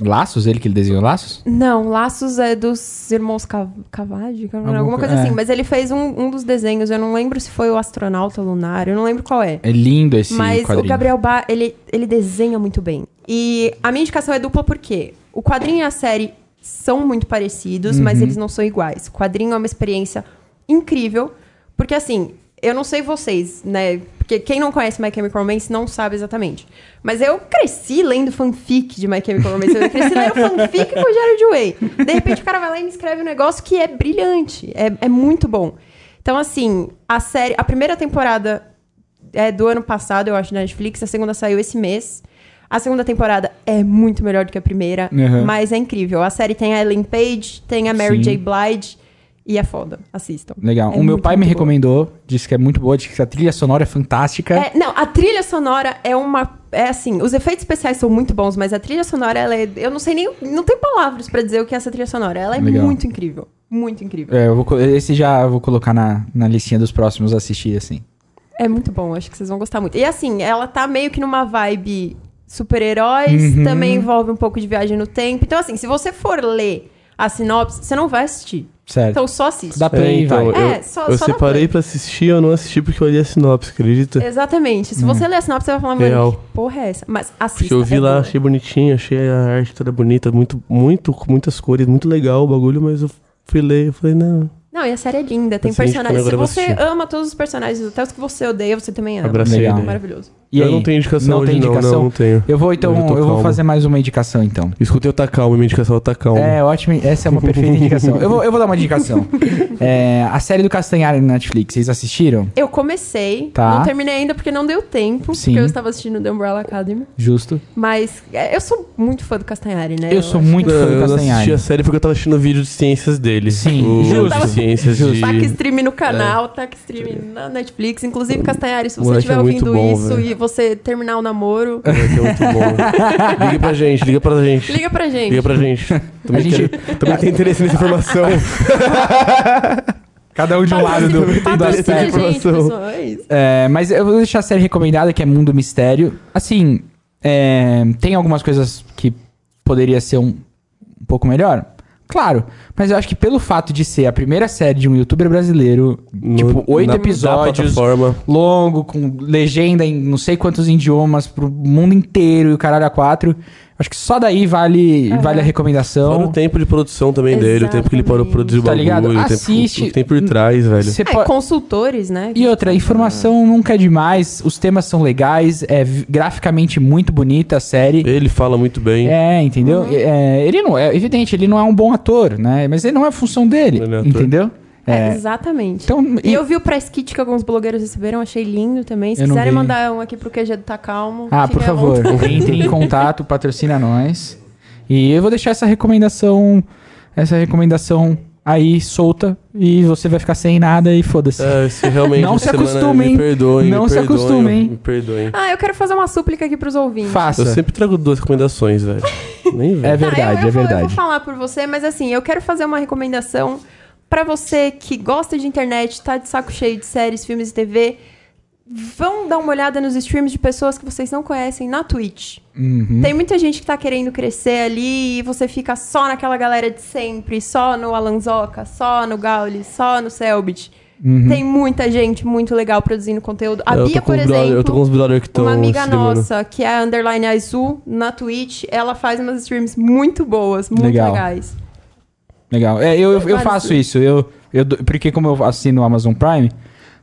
[SPEAKER 3] Laços? Ele que ele desenhou laços?
[SPEAKER 4] Não, Laços é dos irmãos Cav Cavadi,
[SPEAKER 3] Alguma
[SPEAKER 4] alguma, alguma coisa
[SPEAKER 3] co- é.
[SPEAKER 4] assim. Mas ele fez um, um dos desenhos, eu não lembro se foi o Astronauta Lunar, eu não lembro qual é.
[SPEAKER 3] É lindo esse
[SPEAKER 4] Mas
[SPEAKER 3] quadrinho.
[SPEAKER 4] o Gabriel Bá, ele, ele desenha muito bem. E a minha indicação é dupla porque o quadrinho e a série são muito parecidos, mas
[SPEAKER 3] Uhum.
[SPEAKER 4] eles não são iguais. O quadrinho é uma experiência incrível, porque assim, eu não sei vocês, né? Porque quem não conhece My Chemical Romance não sabe exatamente. Mas eu cresci lendo fanfic de My Chemical Romance. Eu cresci lendo fanfic com o Jared Way. De repente o cara vai lá e me escreve um negócio que é brilhante. É, é muito bom. Então, assim, a série. A primeira temporada é do ano passado, eu acho, na Netflix. A segunda saiu esse mês. A segunda temporada é muito melhor do que a primeira,
[SPEAKER 3] Uhum.
[SPEAKER 4] mas é incrível. A série tem a Ellen Page, tem a Mary
[SPEAKER 3] Sim.
[SPEAKER 4] J. Blige e é foda. Assistam.
[SPEAKER 3] Legal.
[SPEAKER 4] É
[SPEAKER 3] o meu
[SPEAKER 4] muito,
[SPEAKER 3] pai me
[SPEAKER 4] muito boa.
[SPEAKER 3] recomendou, disse que é muito boa, disse que a trilha sonora é fantástica.
[SPEAKER 4] É, não, a trilha sonora é uma. É assim, os efeitos especiais são muito bons, mas a trilha sonora, ela é. Eu não sei nem. Não tem palavras pra dizer o que é essa trilha sonora. Ela é
[SPEAKER 3] Legal.
[SPEAKER 4] muito incrível. Muito incrível.
[SPEAKER 3] É, eu vou co- esse já eu vou colocar na, na listinha dos próximos a assistir, assim.
[SPEAKER 4] É muito bom, acho que vocês vão gostar muito. E assim, ela tá meio que numa vibe super-heróis,
[SPEAKER 2] Uhum.
[SPEAKER 4] também envolve um pouco de viagem no tempo. Então, assim, se você for ler a sinopse, você não vai assistir.
[SPEAKER 3] Certo.
[SPEAKER 4] Então só assiste.
[SPEAKER 3] Dá play,
[SPEAKER 5] É, então,
[SPEAKER 3] vai.
[SPEAKER 5] eu,
[SPEAKER 4] É, só-
[SPEAKER 5] eu
[SPEAKER 4] só dá
[SPEAKER 5] separei
[SPEAKER 4] play.
[SPEAKER 5] pra assistir, eu não assisti porque eu li a sinopse, acredita?
[SPEAKER 4] Exatamente. Se você ler a sinopse, você vai falar, mano,
[SPEAKER 2] Hum. Real.
[SPEAKER 4] que porra é essa? Mas assista.
[SPEAKER 2] Porque eu vi
[SPEAKER 4] é
[SPEAKER 2] lá,
[SPEAKER 4] boa.
[SPEAKER 2] achei bonitinho, achei a arte toda bonita, muito, muito, com muitas cores, muito legal o bagulho, mas eu fui ler, eu falei, não,
[SPEAKER 4] Não, e a série é linda, tem
[SPEAKER 2] Assim, a gente falou,
[SPEAKER 4] personagens. Se
[SPEAKER 2] agora eu vou
[SPEAKER 4] você
[SPEAKER 2] assistir.
[SPEAKER 4] ama todos os personagens, até os que você odeia, você também ama. É
[SPEAKER 2] abracei
[SPEAKER 3] Legal.
[SPEAKER 2] a ideia.
[SPEAKER 4] Maravilhoso.
[SPEAKER 3] E
[SPEAKER 2] eu
[SPEAKER 3] aí?
[SPEAKER 2] não tenho indicação
[SPEAKER 3] Não
[SPEAKER 2] hoje,
[SPEAKER 3] tem indicação?
[SPEAKER 2] não, não tenho.
[SPEAKER 3] Eu vou então,
[SPEAKER 2] Hoje eu tô
[SPEAKER 3] eu, vou
[SPEAKER 2] calmo.
[SPEAKER 3] fazer mais uma indicação então.
[SPEAKER 2] Escutei o Tá Calmo, minha indicação é o Tá Calmo.
[SPEAKER 3] É, ótimo. Essa é uma perfeita indicação. Eu vou, eu vou dar
[SPEAKER 2] *laughs*
[SPEAKER 3] uma indicação. É, a série do Castanhari na Netflix, vocês assistiram?
[SPEAKER 4] Eu comecei,
[SPEAKER 3] Tá.
[SPEAKER 4] não terminei ainda porque não deu tempo,
[SPEAKER 3] Sim.
[SPEAKER 4] porque eu estava assistindo The Umbrella Academy.
[SPEAKER 3] Justo.
[SPEAKER 4] Mas é, eu sou muito fã do Castanhari, né?
[SPEAKER 3] Eu, sou
[SPEAKER 4] acho
[SPEAKER 3] muito
[SPEAKER 2] Não,
[SPEAKER 3] fã do
[SPEAKER 2] eu não assisti a
[SPEAKER 3] Castanhari.
[SPEAKER 2] série porque eu tava assistindo vídeo de ciências dele.
[SPEAKER 3] Sim,
[SPEAKER 2] o,
[SPEAKER 3] justo.
[SPEAKER 2] De ciências
[SPEAKER 3] Justo.
[SPEAKER 2] de...
[SPEAKER 4] Tac stream Tá no
[SPEAKER 3] é.
[SPEAKER 4] canal, tac stream na Netflix. Inclusive, Castanhari, se você
[SPEAKER 2] Moleque
[SPEAKER 4] estiver
[SPEAKER 2] é muito
[SPEAKER 4] ouvindo
[SPEAKER 2] bom,
[SPEAKER 4] isso
[SPEAKER 3] né?
[SPEAKER 2] velho.
[SPEAKER 4] e você terminar o namoro,
[SPEAKER 2] Moleque, é muito bom. liga pra gente, liga pra gente.
[SPEAKER 4] liga pra gente.
[SPEAKER 2] Liga pra gente. Também,
[SPEAKER 3] A gente-
[SPEAKER 2] quero- também tem interesse nessa informação.
[SPEAKER 3] Cada um de um lado do,
[SPEAKER 4] Patrocina-
[SPEAKER 3] da
[SPEAKER 4] patrocina
[SPEAKER 3] série.
[SPEAKER 4] a gente,
[SPEAKER 2] informação.
[SPEAKER 4] pessoal, é isso.
[SPEAKER 3] É, mas eu vou deixar a série recomendada, que é Mundo Mistério. Assim, é, tem algumas coisas que poderia ser um, um pouco melhor. Claro, mas eu acho que pelo fato de ser a primeira série de um youtuber brasileiro, *laughs* tipo,
[SPEAKER 2] No-
[SPEAKER 3] oito
[SPEAKER 2] na- Na
[SPEAKER 3] episódios,
[SPEAKER 2] plataforma.
[SPEAKER 3] longo, com legenda em não sei quantos idiomas, pro mundo inteiro e o caralho a quatro. Acho que só daí vale, vale a
[SPEAKER 2] Fora
[SPEAKER 3] recomendação.
[SPEAKER 2] o tempo de produção também dele, o tempo que ele parou pra produzir o
[SPEAKER 3] Então- Tá
[SPEAKER 2] bagulho,
[SPEAKER 3] ligado?
[SPEAKER 2] o tempo-
[SPEAKER 3] Assiste.
[SPEAKER 2] o que tem por trás, velho.
[SPEAKER 3] Você
[SPEAKER 4] É,
[SPEAKER 3] po-
[SPEAKER 4] consultores, né?
[SPEAKER 3] E outra, a informação nunca é demais, os temas são legais, é vi- graficamente muito bonita a série.
[SPEAKER 2] Ele fala muito bem.
[SPEAKER 3] É,
[SPEAKER 4] Uhum.
[SPEAKER 3] entendeu? É, ele não é, evidente, ele não é um bom ator, né? Mas ele não é a função dele,
[SPEAKER 2] Ele não é ator.
[SPEAKER 3] entendeu?
[SPEAKER 4] É,
[SPEAKER 3] É,
[SPEAKER 4] exatamente.
[SPEAKER 3] então,
[SPEAKER 4] E
[SPEAKER 3] e-
[SPEAKER 4] eu vi o press kit que alguns blogueiros receberam, achei lindo também. Se
[SPEAKER 3] Eu não
[SPEAKER 4] quiserem
[SPEAKER 3] vi.
[SPEAKER 4] mandar um aqui pro QG do Tá Calmo.
[SPEAKER 3] Ah,
[SPEAKER 4] fiquem
[SPEAKER 3] por
[SPEAKER 4] à
[SPEAKER 3] favor,
[SPEAKER 4] vontade.
[SPEAKER 3] entre
[SPEAKER 4] *laughs*
[SPEAKER 3] em contato, patrocina nós. E eu vou deixar essa recomendação, essa recomendação aí solta e você vai ficar sem nada e foda-se.
[SPEAKER 5] É, se realmente
[SPEAKER 3] Não
[SPEAKER 5] essa
[SPEAKER 3] se
[SPEAKER 5] semana-
[SPEAKER 3] acostumem.
[SPEAKER 5] Me perdoem,
[SPEAKER 3] Não
[SPEAKER 5] me
[SPEAKER 3] se
[SPEAKER 5] perdoem,
[SPEAKER 3] acostumem.
[SPEAKER 5] Me perdoem.
[SPEAKER 4] Ah, eu quero fazer uma súplica aqui pros ouvintes.
[SPEAKER 3] Faça.
[SPEAKER 5] Eu sempre trago duas recomendações, velho. Nem
[SPEAKER 3] É
[SPEAKER 5] velho.
[SPEAKER 3] verdade,
[SPEAKER 4] Ah, eu, eu
[SPEAKER 3] é
[SPEAKER 4] vou,
[SPEAKER 3] verdade.
[SPEAKER 4] Eu vou falar por você, mas assim, eu quero fazer uma recomendação pra você que gosta de internet, tá de saco cheio de séries, filmes e TV. Vão dar uma olhada nos streams de pessoas que vocês não conhecem na Twitch.
[SPEAKER 3] Uhum.
[SPEAKER 4] Tem muita gente que tá querendo crescer ali e você fica só naquela galera de sempre, só no Alanzoca, só no Gauli, só no Selbit. Tem muita gente muito legal produzindo conteúdo. A
[SPEAKER 5] Uhum. eu
[SPEAKER 4] Bia,
[SPEAKER 5] tô com
[SPEAKER 4] por
[SPEAKER 5] um brother- eu tô com
[SPEAKER 4] exemplo,
[SPEAKER 5] uns brother que estão
[SPEAKER 4] uma amiga
[SPEAKER 5] se demorando.
[SPEAKER 4] nossa, que é a Underline Azul, na Twitch, ela faz umas streams muito boas, muito
[SPEAKER 3] Legal.
[SPEAKER 4] legais.
[SPEAKER 3] Legal. É, eu, eu, eu faço isso. Eu, eu, do- porque como eu assino o Amazon Prime,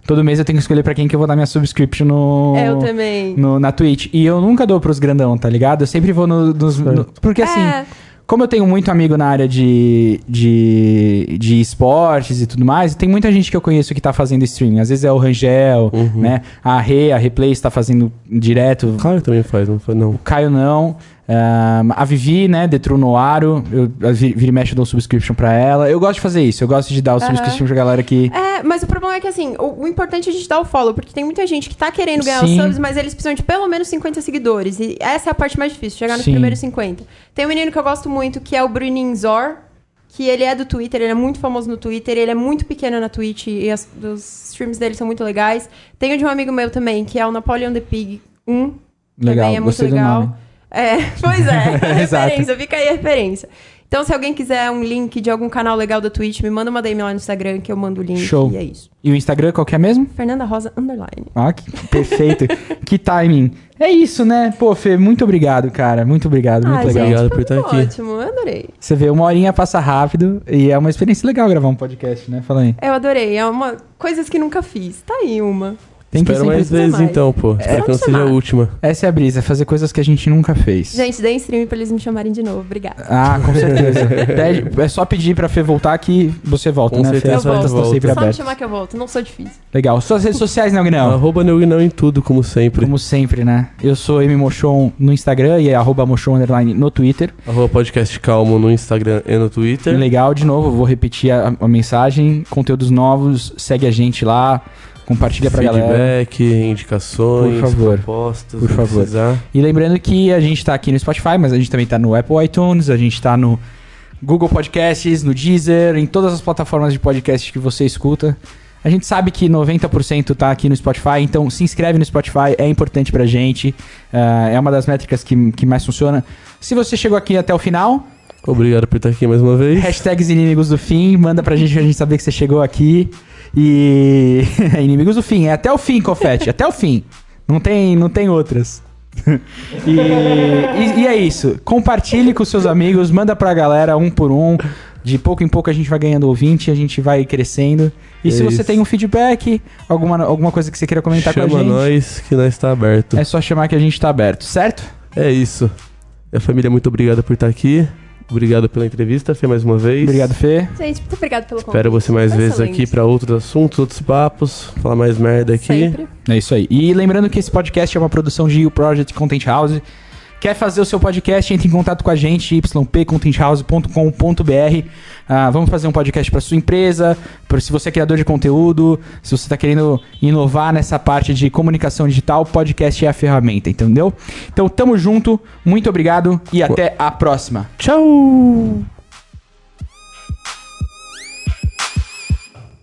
[SPEAKER 3] todo mês eu tenho que escolher pra quem que eu vou dar minha subscription no...
[SPEAKER 4] É, eu também.
[SPEAKER 3] no- na Twitch. E eu nunca dou pros grandão, tá ligado? Eu sempre vou no- nos. no- porque assim,
[SPEAKER 4] É.
[SPEAKER 3] como eu tenho muito amigo na área de, de, de esportes e tudo mais, tem muita gente que eu conheço que tá fazendo streaming. Às vezes é o Rangel, né? A Rê, a Replay está fazendo direto.
[SPEAKER 5] Claro que também faz, não faz, não.
[SPEAKER 3] O Caio não. Ahn, a Vivi, né? Detrunoaro. Eu a vi, vira e mexe, eu dou um subscription pra ela. Eu gosto de fazer isso. Eu gosto de dar o subscription pra galera que.
[SPEAKER 4] É, mas o problema é que assim, o, o importante é a gente dar o follow, porque tem muita gente que tá querendo ganhar
[SPEAKER 3] Sim.
[SPEAKER 4] os subs, mas eles precisam de pelo menos 50 seguidores. E essa é a parte mais difícil, chegar nos
[SPEAKER 3] Sim.
[SPEAKER 4] primeiros 50. Tem um menino que eu gosto muito, que é o Bruninho Zor, que ele é do Twitter, ele é muito famoso no Twitter, ele é muito pequeno na Twitch e as- os streams dele são muito legais. Tem o de um amigo meu também, que é o Napoleon the Pig 1.
[SPEAKER 3] Legal,
[SPEAKER 4] também é muito
[SPEAKER 3] gostei do
[SPEAKER 4] legal.
[SPEAKER 3] nome.
[SPEAKER 4] É, *laughs* pois
[SPEAKER 3] *laughs*
[SPEAKER 4] é,
[SPEAKER 3] Exato.
[SPEAKER 4] referência, fica aí a referência. Então, se alguém quiser um link de algum canal legal da Twitch, me manda uma DM lá no Instagram que eu mando o link.
[SPEAKER 3] Show.
[SPEAKER 4] E é isso.
[SPEAKER 3] E o Instagram, qual que é mesmo?
[SPEAKER 4] Fernanda Rosa Underline.
[SPEAKER 3] Ah, que
[SPEAKER 4] *laughs*
[SPEAKER 3] perfeito. que timing. É isso, né? Pô, Fê, muito obrigado, cara. Muito obrigado, muito
[SPEAKER 4] Ai,
[SPEAKER 3] legal.
[SPEAKER 4] Ah, gente,
[SPEAKER 5] Obrigado por
[SPEAKER 4] foi
[SPEAKER 5] estar aqui.
[SPEAKER 4] Ótimo, eu adorei.
[SPEAKER 3] Você vê, uma horinha passa rápido e é uma experiência legal gravar um podcast, né? Fala aí.
[SPEAKER 4] Eu adorei. É uma. Coisas que nunca fiz. Tá aí uma.
[SPEAKER 3] Tem que
[SPEAKER 5] Espero
[SPEAKER 3] sempre...
[SPEAKER 5] mais vezes
[SPEAKER 4] mais.
[SPEAKER 5] então, pô. Espero que não
[SPEAKER 4] É, vamos
[SPEAKER 5] seja a
[SPEAKER 4] chamar.
[SPEAKER 5] última.
[SPEAKER 3] Essa é a brisa, fazer coisas que a gente nunca fez.
[SPEAKER 4] Gente, dê stream pra eles me chamarem de novo. Obrigada.
[SPEAKER 3] Ah,
[SPEAKER 5] *laughs*
[SPEAKER 3] com certeza. Pede- é só pedir pra Fê voltar que você volta,
[SPEAKER 5] Com
[SPEAKER 3] né, Fê?
[SPEAKER 5] certeza
[SPEAKER 3] As portas
[SPEAKER 4] volto.
[SPEAKER 3] estão sempre
[SPEAKER 4] Só me
[SPEAKER 3] abertas.
[SPEAKER 4] chamar que eu volto. Não sou difícil.
[SPEAKER 3] Legal. Suas redes sociais, né, Guinão?
[SPEAKER 5] Arroba Neuguinal em tudo, como sempre.
[SPEAKER 3] Como sempre, né? Eu sou M Mochon no Instagram e é arroba Mochon underline no Twitter.
[SPEAKER 5] Arroba podcast calmo no Instagram e no Twitter.
[SPEAKER 3] Legal, de novo, vou repetir a, a mensagem. Conteúdos novos, segue a gente lá, compartilha pra galera.
[SPEAKER 5] Feedback, indicações,
[SPEAKER 3] Por favor.
[SPEAKER 5] propostas,
[SPEAKER 3] Por
[SPEAKER 5] o que
[SPEAKER 3] favor.
[SPEAKER 5] precisar.
[SPEAKER 3] E lembrando que a gente tá aqui no Spotify, mas a gente também tá no Apple iTunes, a gente tá no Google Podcasts, no Deezer, em todas as plataformas de podcast que você escuta. A gente sabe que 90% tá aqui no Spotify, então se inscreve no Spotify, é importante pra gente. ah, é uma das métricas que, que mais funciona. Se você chegou aqui até o final,
[SPEAKER 5] Obrigado por estar aqui mais uma vez.
[SPEAKER 3] Hashtags inimigos do fim, manda pra gente pra gente saber que você chegou aqui. E. *laughs* inimigos do fim, é até o fim, Confete, até o fim. Não tem, não tem outras. *laughs* e, e- e é isso. Compartilhe com seus amigos, manda pra galera um por um. De pouco em pouco a gente vai ganhando ouvinte, a gente vai crescendo. E
[SPEAKER 5] É
[SPEAKER 3] se você
[SPEAKER 5] isso.
[SPEAKER 3] tem um feedback, alguma, alguma coisa que você queira comentar
[SPEAKER 5] Chama
[SPEAKER 3] com a gente,
[SPEAKER 5] nós que nós está aberto.
[SPEAKER 3] é só chamar que a gente tá aberto, certo?
[SPEAKER 5] É, isso. Minha família, muito obrigado por estar aqui. Obrigado pela entrevista, Fê, mais uma vez.
[SPEAKER 3] Obrigado, Fê.
[SPEAKER 4] Gente, muito obrigada pelo convite.
[SPEAKER 5] Espero você mais
[SPEAKER 4] Foi
[SPEAKER 5] vezes
[SPEAKER 4] excelente.
[SPEAKER 5] aqui pra outros assuntos, outros papos, falar mais merda aqui.
[SPEAKER 4] Sempre.
[SPEAKER 3] É isso aí. E lembrando que esse podcast é uma produção de U Project Content House. Quer fazer o seu podcast? Entre em contato com a gente, ypcontenthouse.com.br. Ah, vamos fazer um podcast para sua empresa, pra, se você é criador de conteúdo, se você está querendo inovar nessa parte de comunicação digital, podcast é a ferramenta, entendeu? Então, tamo junto, muito obrigado e até a próxima.
[SPEAKER 5] Tchau!